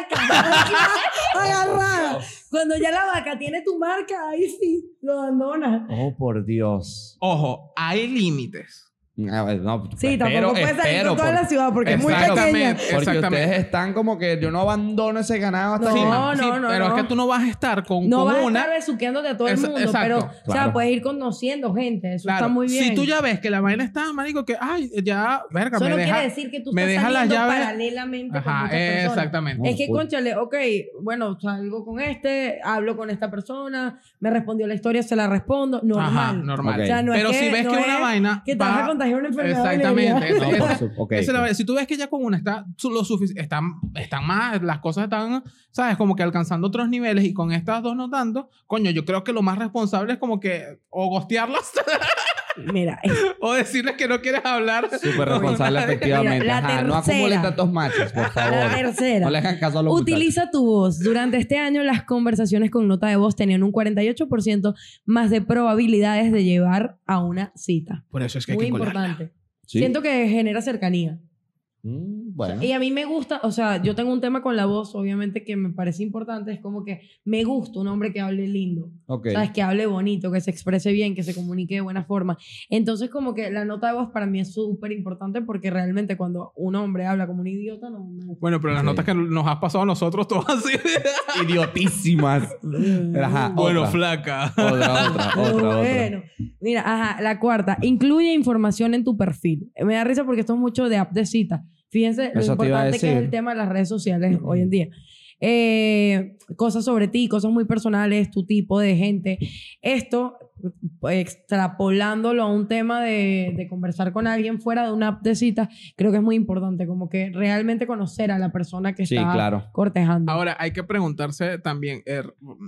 Speaker 2: agarrada. Cuando ya la vaca tiene tu marca, ahí sí, lo abandonas.
Speaker 4: Oh, por Dios.
Speaker 5: Ojo, hay límites.
Speaker 4: A ver, Ah, No, pues,
Speaker 2: Sí,
Speaker 4: espero,
Speaker 2: tampoco puedes salir
Speaker 4: espero,
Speaker 2: con toda
Speaker 4: por-
Speaker 2: la ciudad porque es muy
Speaker 5: Exactamente.
Speaker 2: pequeña.
Speaker 4: Porque
Speaker 5: Exactamente.
Speaker 4: ustedes están como que yo no abandono ese ganado hasta
Speaker 2: No,
Speaker 5: Sí,
Speaker 4: que...
Speaker 5: ma- sí,
Speaker 2: no, no,
Speaker 5: Pero
Speaker 2: no.
Speaker 5: es que tú no vas a estar con,
Speaker 2: No
Speaker 5: con
Speaker 2: vas
Speaker 5: una.
Speaker 2: a estar besuqueándote a todo el
Speaker 5: Es-
Speaker 2: mundo,
Speaker 5: exacto,
Speaker 2: pero o sea,
Speaker 4: claro.
Speaker 2: puedes ir conociendo gente, eso
Speaker 5: Claro.
Speaker 2: está muy bien.
Speaker 5: Si tú ya ves que la vaina está, marico, que ay, ya, verga,
Speaker 2: Eso
Speaker 5: me
Speaker 2: no
Speaker 5: deja.
Speaker 2: quiere decir que tú
Speaker 5: me
Speaker 2: estás
Speaker 5: deja las
Speaker 2: saliendo
Speaker 5: llaves.
Speaker 2: paralelamente con
Speaker 5: Ajá,
Speaker 2: muchas
Speaker 5: eh,
Speaker 2: personas.
Speaker 5: exactamente.
Speaker 2: Es que,
Speaker 4: Uy.
Speaker 2: conchale, ok, bueno, salgo con este, hablo con esta persona, me respondió la historia, se la respondo, normal.
Speaker 5: Ajá, normal.
Speaker 4: Ok.
Speaker 2: O sea, no es
Speaker 5: Pero si ves
Speaker 2: no
Speaker 5: que una
Speaker 2: es
Speaker 5: vaina
Speaker 2: Que te
Speaker 5: va-
Speaker 2: vas a contagiar una enfermedad.
Speaker 5: Exactamente.
Speaker 2: venérea.
Speaker 5: Eso-
Speaker 4: No, por
Speaker 5: eso-
Speaker 4: su- ok.
Speaker 5: Esa es la verdad. Si tú ves que ya con una está su- lo sufici- están, están más, las cosas están, ¿sabes? Como que alcanzando otros niveles y con estas dos no tanto, coño, yo creo que lo más responsable es como que o gostearlas
Speaker 2: Mira, es-
Speaker 5: o decirles que no quieres hablar.
Speaker 4: Súper responsable, efectivamente.
Speaker 2: la
Speaker 4: Ajá, no
Speaker 2: tercera.
Speaker 4: acumulen tantos machos, por
Speaker 2: la
Speaker 4: favor.
Speaker 2: tercera.
Speaker 4: No le hagan caso a los muchachos.
Speaker 2: Utiliza tu voz. Durante este año las conversaciones con nota de voz tenían un 48% más de probabilidades de llevar a una cita.
Speaker 5: Por eso es que hay
Speaker 2: Muy
Speaker 5: que colar.
Speaker 2: importante.
Speaker 4: Sí.
Speaker 2: Siento que genera cercanía.
Speaker 4: Mm,
Speaker 5: Ah.
Speaker 4: bueno.
Speaker 2: Y a mí me gusta, o sea, yo tengo un tema con la voz, obviamente, que me parece importante. Es como que me gusta un hombre que hable lindo.
Speaker 4: Ok.
Speaker 2: ¿Sabes? Que hable bonito, que se exprese bien, que se comunique de buena forma. Entonces, como que la nota de voz para mí es súper importante porque realmente cuando un hombre habla como un idiota, no me gusta.
Speaker 5: Bueno, pero las
Speaker 4: Sí.
Speaker 5: notas que nos has pasado a nosotros todas así.
Speaker 4: Idiotísimas. Ajá.
Speaker 5: bueno,
Speaker 4: otra.
Speaker 5: flaca.
Speaker 4: Otra, otra,
Speaker 2: Pero
Speaker 4: otra, otra.
Speaker 2: bueno. Mira, ajá, la cuarta, incluye información en tu perfil. Me da risa porque esto es mucho de app de cita. Fíjense lo
Speaker 4: Eso te iba a
Speaker 2: importante que es
Speaker 4: decir.
Speaker 2: el tema de las redes sociales hoy en día. Eh, cosas sobre ti, cosas muy personales, tu tipo de gente. Esto, pues, extrapolándolo a un tema de, de conversar con alguien fuera de una app de cita, creo que es muy importante, como que realmente conocer a la persona que
Speaker 4: Sí,
Speaker 2: está
Speaker 4: claro.
Speaker 2: cortejando.
Speaker 5: Ahora, hay que preguntarse también, eh,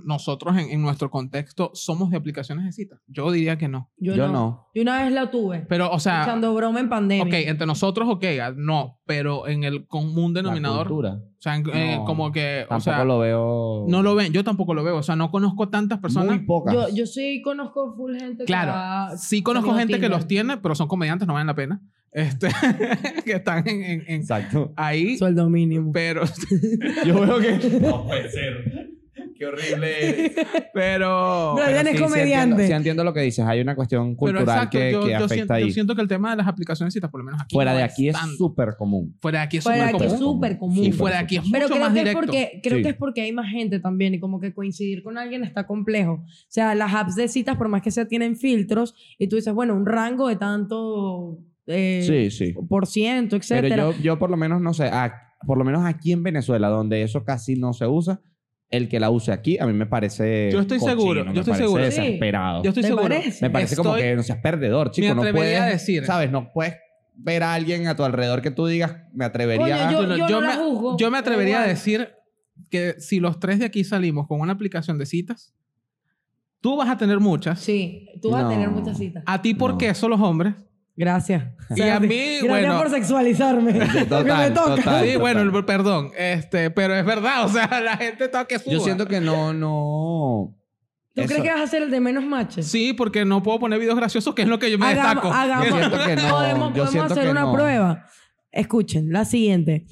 Speaker 5: nosotros en, en nuestro contexto, ¿somos de aplicaciones de cita? Yo diría que no.
Speaker 2: yo,
Speaker 4: Yo
Speaker 2: no.
Speaker 4: no.
Speaker 2: Yo una vez la tuve,
Speaker 5: Pero, o sea,
Speaker 2: echando broma en pandemia.
Speaker 5: ok, entre nosotros, ok, ah, no, pero en el común
Speaker 4: La
Speaker 5: denominador, o
Speaker 4: cultura.
Speaker 5: sea, en- eh,
Speaker 4: No,
Speaker 5: como que, o
Speaker 4: Tampoco
Speaker 5: sea,
Speaker 4: lo veo.
Speaker 5: No lo ven, yo tampoco lo veo. O sea, no conozco tantas personas.
Speaker 4: Muy pocas.
Speaker 2: Yo, yo sí conozco full gente que va-
Speaker 5: claro, sí conozco
Speaker 2: salió
Speaker 5: gente que
Speaker 2: Tinder.
Speaker 5: los tiene, pero son comediantes, no valen la pena. Este, que están en, en- en-
Speaker 4: Exacto.
Speaker 5: ahí,
Speaker 2: Sueldo mínimo.
Speaker 5: pero,
Speaker 4: Yo veo que.
Speaker 6: No puede ser. Qué horrible. eres.
Speaker 5: pero,
Speaker 2: Brian
Speaker 4: Pero
Speaker 2: es
Speaker 4: sí, sí
Speaker 2: comediante.
Speaker 4: entiendo- Sí entiendo lo que dices. Hay una cuestión
Speaker 5: pero
Speaker 4: cultural
Speaker 5: exacto,
Speaker 4: que,
Speaker 5: yo,
Speaker 4: que
Speaker 5: yo
Speaker 4: afecta
Speaker 5: siento, yo
Speaker 4: ahí.
Speaker 5: siento que el tema de las aplicaciones de citas, por lo menos aquí,
Speaker 4: Fuera
Speaker 5: no
Speaker 4: de aquí es
Speaker 5: tan-
Speaker 4: súper común.
Speaker 5: fuera de aquí es
Speaker 2: Fuera de
Speaker 5: súper
Speaker 2: aquí es
Speaker 5: común.
Speaker 2: súper común.
Speaker 5: Y fuera de aquí es
Speaker 2: Pero
Speaker 5: mucho
Speaker 2: creo,
Speaker 5: más
Speaker 2: que es,
Speaker 5: directo.
Speaker 2: porque, creo
Speaker 4: Sí.
Speaker 2: que es porque hay más gente también y como que coincidir con alguien está complejo. O sea, las apps de citas, por más que sea, tienen filtros y tú dices, bueno, un rango de tanto eh,
Speaker 4: Sí, sí.
Speaker 2: por ciento,
Speaker 4: Pero
Speaker 2: etcétera.
Speaker 4: yo, yo por lo menos no sé, ah, por lo menos aquí en Venezuela, donde eso casi no se usa, el que la use aquí a mí me parece
Speaker 5: Yo estoy seguro, yo
Speaker 4: me
Speaker 5: estoy
Speaker 4: parece
Speaker 5: seguro.
Speaker 2: Sí.
Speaker 4: desesperado.
Speaker 5: Yo estoy
Speaker 2: ¿Te
Speaker 5: seguro.
Speaker 2: parece?
Speaker 4: me parece como
Speaker 5: estoy-
Speaker 4: que no seas perdedor, chico,
Speaker 5: me
Speaker 4: no
Speaker 5: atrevería
Speaker 4: puedes,
Speaker 5: a decir.
Speaker 4: sabes, no puedes ver a alguien a tu alrededor que tú digas, me atrevería
Speaker 2: Coño,
Speaker 4: a...
Speaker 2: yo,
Speaker 5: Yo-
Speaker 2: yo,
Speaker 5: yo
Speaker 2: no la
Speaker 5: me-
Speaker 2: juzgo.
Speaker 5: Yo me
Speaker 2: Da
Speaker 5: atrevería a
Speaker 2: igual.
Speaker 5: decir que si los tres de aquí salimos con una aplicación de citas, tú vas a tener muchas.
Speaker 2: Sí, tú vas
Speaker 4: No.
Speaker 2: a tener muchas citas.
Speaker 5: A ti por
Speaker 4: No.
Speaker 5: queso los hombres.
Speaker 2: Gracias.
Speaker 5: Ah. Y a mí,
Speaker 2: Gracias
Speaker 5: bueno.
Speaker 2: por sexualizarme. porque me toca.
Speaker 4: total,
Speaker 5: Sí, bueno,
Speaker 4: total.
Speaker 5: el- perdón, este, pero es verdad, o sea, la gente está que suba.
Speaker 4: Yo siento que no, no...
Speaker 2: ¿Tú
Speaker 4: eso-
Speaker 2: crees que vas a ser el de menos matches?
Speaker 5: Sí, porque no puedo poner videos graciosos, que es lo que yo me
Speaker 2: Hagamos-
Speaker 5: destaco.
Speaker 2: hagamos-
Speaker 4: Yo siento que no, yo
Speaker 2: podemos, podemos
Speaker 4: siento
Speaker 2: hacer
Speaker 4: que
Speaker 2: una
Speaker 4: no.
Speaker 2: prueba. Escuchen, la siguiente.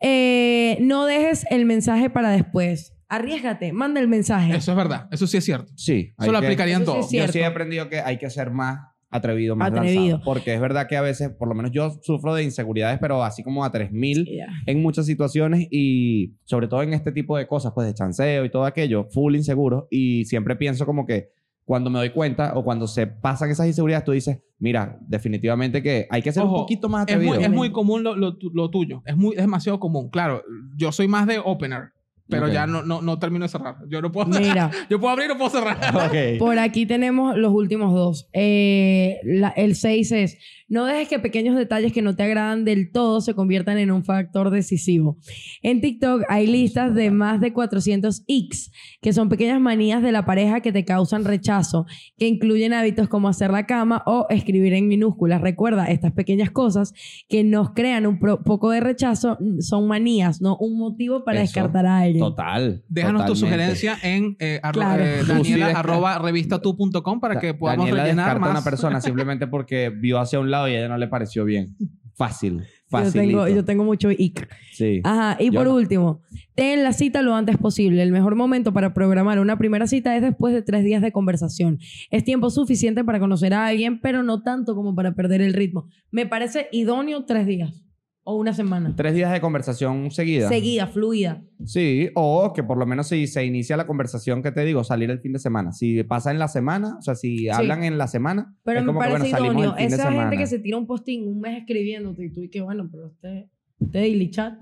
Speaker 2: Eh, no dejes el mensaje para después. Arriesgate, manda el mensaje.
Speaker 5: Eso es verdad, eso sí es cierto.
Speaker 4: Sí. hay
Speaker 5: Eso lo
Speaker 4: que-
Speaker 5: aplicaría en
Speaker 2: Eso sí es
Speaker 5: todo.
Speaker 4: Yo
Speaker 2: cierto.
Speaker 4: sí he aprendido que hay que hacer más atrevido, más
Speaker 2: Atrevido.
Speaker 4: lanzado. Porque es verdad que a veces, por lo menos yo sufro de inseguridades, pero así como a 3000
Speaker 2: Y ya.
Speaker 4: en muchas situaciones y sobre todo en este tipo de cosas, pues de chanceo y todo aquello, full inseguro y siempre pienso como que cuando me doy cuenta o cuando se pasan esas inseguridades, tú dices, mira, definitivamente que hay que ser un
Speaker 5: Ojo,
Speaker 4: poquito más
Speaker 5: Es
Speaker 4: atrevido.
Speaker 5: muy, es muy común lo, lo tu- lo tuyo. Es, muy, es demasiado común. Claro, yo soy más de opener, pero
Speaker 4: Ok.
Speaker 5: ya no, no, no termino de cerrar. Yo no puedo cerrar.
Speaker 2: Mira,
Speaker 5: Yo puedo abrir y no puedo cerrar.
Speaker 4: Ok.
Speaker 2: por aquí tenemos los últimos dos. Eh, la- el 6 es, no dejes que pequeños detalles que no te agradan del todo se conviertan en un factor decisivo. En TikTok hay listas de más de 400 X, que son pequeñas manías de la pareja que te causan rechazo, que incluyen hábitos como hacer la cama o escribir en minúsculas. Recuerda, estas pequeñas cosas que nos crean un pro- poco de rechazo mm, son manías, no un motivo para
Speaker 4: Eso.
Speaker 2: descartar a alguien.
Speaker 4: Total.
Speaker 5: Déjanos tu
Speaker 4: totalmente.
Speaker 5: sugerencia en eh, arro-
Speaker 2: Claro.
Speaker 5: eh,
Speaker 4: Tú sí
Speaker 5: daniela,
Speaker 4: desca-
Speaker 5: arroba revistatu.com para que
Speaker 4: Da-
Speaker 5: podamos
Speaker 4: Daniela
Speaker 5: rellenar
Speaker 4: descarta a
Speaker 5: más.
Speaker 4: una persona simplemente porque vio hacia un lado y a ella no le pareció bien. Fácil.
Speaker 2: Yo
Speaker 4: Fácil.
Speaker 2: tengo, yo tengo mucho ic.
Speaker 4: Sí.
Speaker 2: Ajá, y
Speaker 4: Yo
Speaker 2: por
Speaker 4: no.
Speaker 2: último, ten la cita lo antes posible. El mejor momento para programar una primera cita es después de tres días de conversación. Es tiempo suficiente para conocer a alguien, pero no tanto como para perder el ritmo. Me parece idóneo tres días o una semana.
Speaker 4: Tres días de conversación seguida.
Speaker 2: Seguida, fluida.
Speaker 4: Sí, o que por lo menos si se inicia la conversación que te digo, salir el fin de semana. Si pasa en la semana, o sea, si hablan en la semana,
Speaker 2: Pero
Speaker 4: es
Speaker 2: me
Speaker 4: como que
Speaker 2: parece
Speaker 4: bueno, salimos
Speaker 2: idóneo.
Speaker 4: el fin de
Speaker 2: Esa
Speaker 4: semana.
Speaker 2: gente que se tira un postín un mes escribiéndote y tú y que bueno, pero usted, usted daily chat.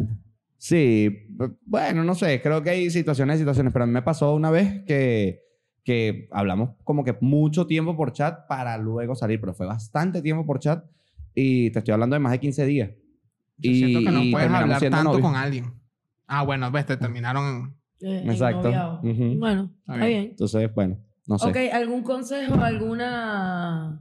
Speaker 4: Sí, b- bueno, no sé, creo que hay situaciones y situaciones, pero a mí me pasó una vez que, que hablamos como que mucho tiempo por chat para luego salir, pero fue bastante tiempo por chat y te estoy hablando de más de 15 días.
Speaker 5: Yo siento que no
Speaker 4: y
Speaker 5: puedes
Speaker 4: terminamos
Speaker 5: hablar
Speaker 4: siendo
Speaker 5: tanto
Speaker 4: novios.
Speaker 5: con alguien. Ah, bueno, ves, te terminaron.
Speaker 2: eh,
Speaker 4: Exacto.
Speaker 2: ennoviado.
Speaker 4: Ujú.
Speaker 2: Bueno,
Speaker 5: Está
Speaker 2: está
Speaker 5: bien.
Speaker 2: bien.
Speaker 4: Entonces, bueno, no sé.
Speaker 2: Ok, ¿algún consejo, alguna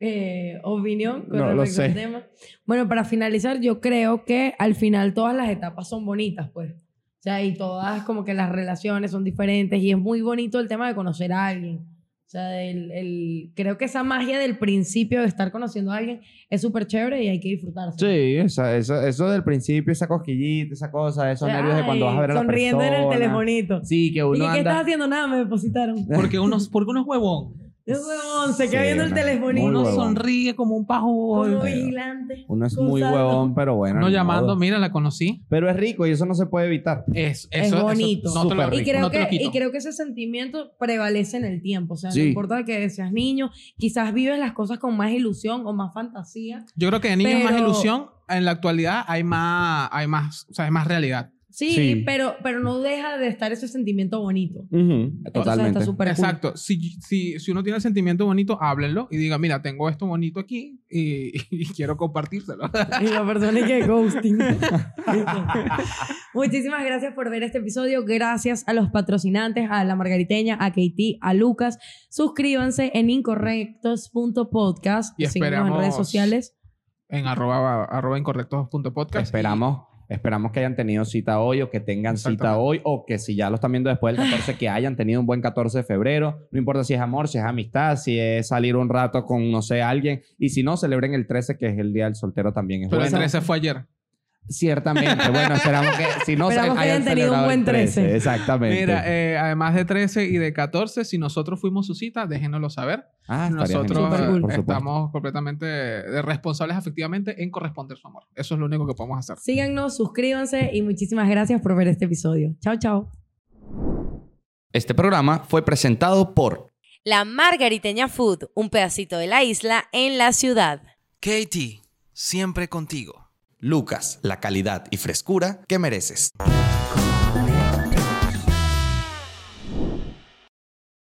Speaker 2: eh, opinión con
Speaker 4: No lo
Speaker 2: respecto al
Speaker 4: sé.
Speaker 2: tema? Bueno, para finalizar, yo creo que al final todas las etapas son bonitas, pues. O sea, y todas como que las relaciones son diferentes y es muy bonito el tema de conocer a alguien. O sea, el, el- creo que esa magia del principio de estar conociendo a alguien es súper chévere y hay que disfrutarse.
Speaker 4: Sí, esa- eso, eso del principio, esa cosquillita, esa cosa, esos
Speaker 2: Ay,
Speaker 4: nervios de cuando vas a ver a la
Speaker 2: sonriendo
Speaker 4: persona.
Speaker 2: en el telefonito.
Speaker 4: Sí, que
Speaker 2: ¿Y
Speaker 4: uno
Speaker 2: qué estás
Speaker 4: anda...
Speaker 2: haciendo? Nada, me depositaron.
Speaker 5: Porque unos, porque unos huevón.
Speaker 2: Yo huevón, se
Speaker 4: Sí,
Speaker 2: queda viendo el
Speaker 4: una-
Speaker 2: telefonito.
Speaker 4: Muy
Speaker 5: Uno
Speaker 4: huevón.
Speaker 5: sonríe como un pajo.
Speaker 2: Como
Speaker 4: Ay,
Speaker 2: vigilante.
Speaker 4: Uno es muy
Speaker 2: Gozando.
Speaker 4: huevón, pero bueno.
Speaker 5: Uno
Speaker 4: ni
Speaker 5: llamando,
Speaker 4: modo.
Speaker 5: mira, la conocí.
Speaker 4: Pero es rico y eso no se puede evitar.
Speaker 5: Es, eso,
Speaker 2: Es
Speaker 5: eso
Speaker 2: bonito.
Speaker 5: no te lo-
Speaker 4: Súper
Speaker 2: Y
Speaker 4: rico.
Speaker 2: creo,
Speaker 5: no te lo
Speaker 2: que,
Speaker 5: quito.
Speaker 2: y creo que ese sentimiento prevalece en el tiempo. O sea, no
Speaker 4: Sí.
Speaker 2: importa que seas niño, quizás vives las cosas con más ilusión o más fantasía.
Speaker 5: Yo creo que de niños más
Speaker 2: Pero-
Speaker 5: ilusión. En la actualidad hay más, hay más, o sea, hay más realidad.
Speaker 2: Sí,
Speaker 4: Sí.
Speaker 2: Pero, pero no deja de estar ese sentimiento bonito. Entonces
Speaker 4: Totalmente.
Speaker 2: está súper cool.
Speaker 5: Exacto. Si, si, si uno tiene el sentimiento bonito, háblenlo y diga, mira, tengo esto bonito aquí y, y quiero compartírselo.
Speaker 2: Y la persona es que ghosting. Muchísimas gracias por ver este episodio. Gracias a los patrocinantes, a La Margariteña, a Katie, a Lucas. Suscríbanse en incorrectos.podcast.
Speaker 5: Y
Speaker 2: Síguenos en
Speaker 5: esperamos-
Speaker 2: redes sociales.
Speaker 5: en arroba, arroba incorrectos.podcast.
Speaker 4: Esperamos, esperamos que hayan tenido cita hoy o que tengan cita
Speaker 5: Exactamente.
Speaker 4: hoy o que si ya lo están viendo después del 14, que hayan tenido un buen 14 de febrero. No importa si es amor, si es amistad, si es salir un rato con, no sé, alguien. Y si no, celebren el 13, que es el día del soltero también. Es
Speaker 5: Pero
Speaker 4: bueno.
Speaker 5: el 13 fue ayer.
Speaker 4: Ciertamente. Bueno, esperamos que si no se
Speaker 2: Esperamos que hayan tenido un buen 13.
Speaker 4: Exactamente.
Speaker 5: Mira, eh, además de 13 y de 14, si nosotros fuimos su cita, déjenoslo saber.
Speaker 4: ah, estaría
Speaker 5: Nosotros
Speaker 4: genial,
Speaker 5: eh,
Speaker 2: Supercool.
Speaker 4: por supuesto.
Speaker 5: estamos completamente eh, responsables afectivamente en corresponder su amor. Eso es lo único que podemos hacer.
Speaker 2: Síganos, suscríbanse y muchísimas gracias por ver este episodio. Chao, chao.
Speaker 1: Este programa fue presentado por
Speaker 7: La Margariteña Food, un pedacito de la isla en la ciudad.
Speaker 3: Katie, siempre contigo.
Speaker 1: Lucas, la calidad y frescura que mereces.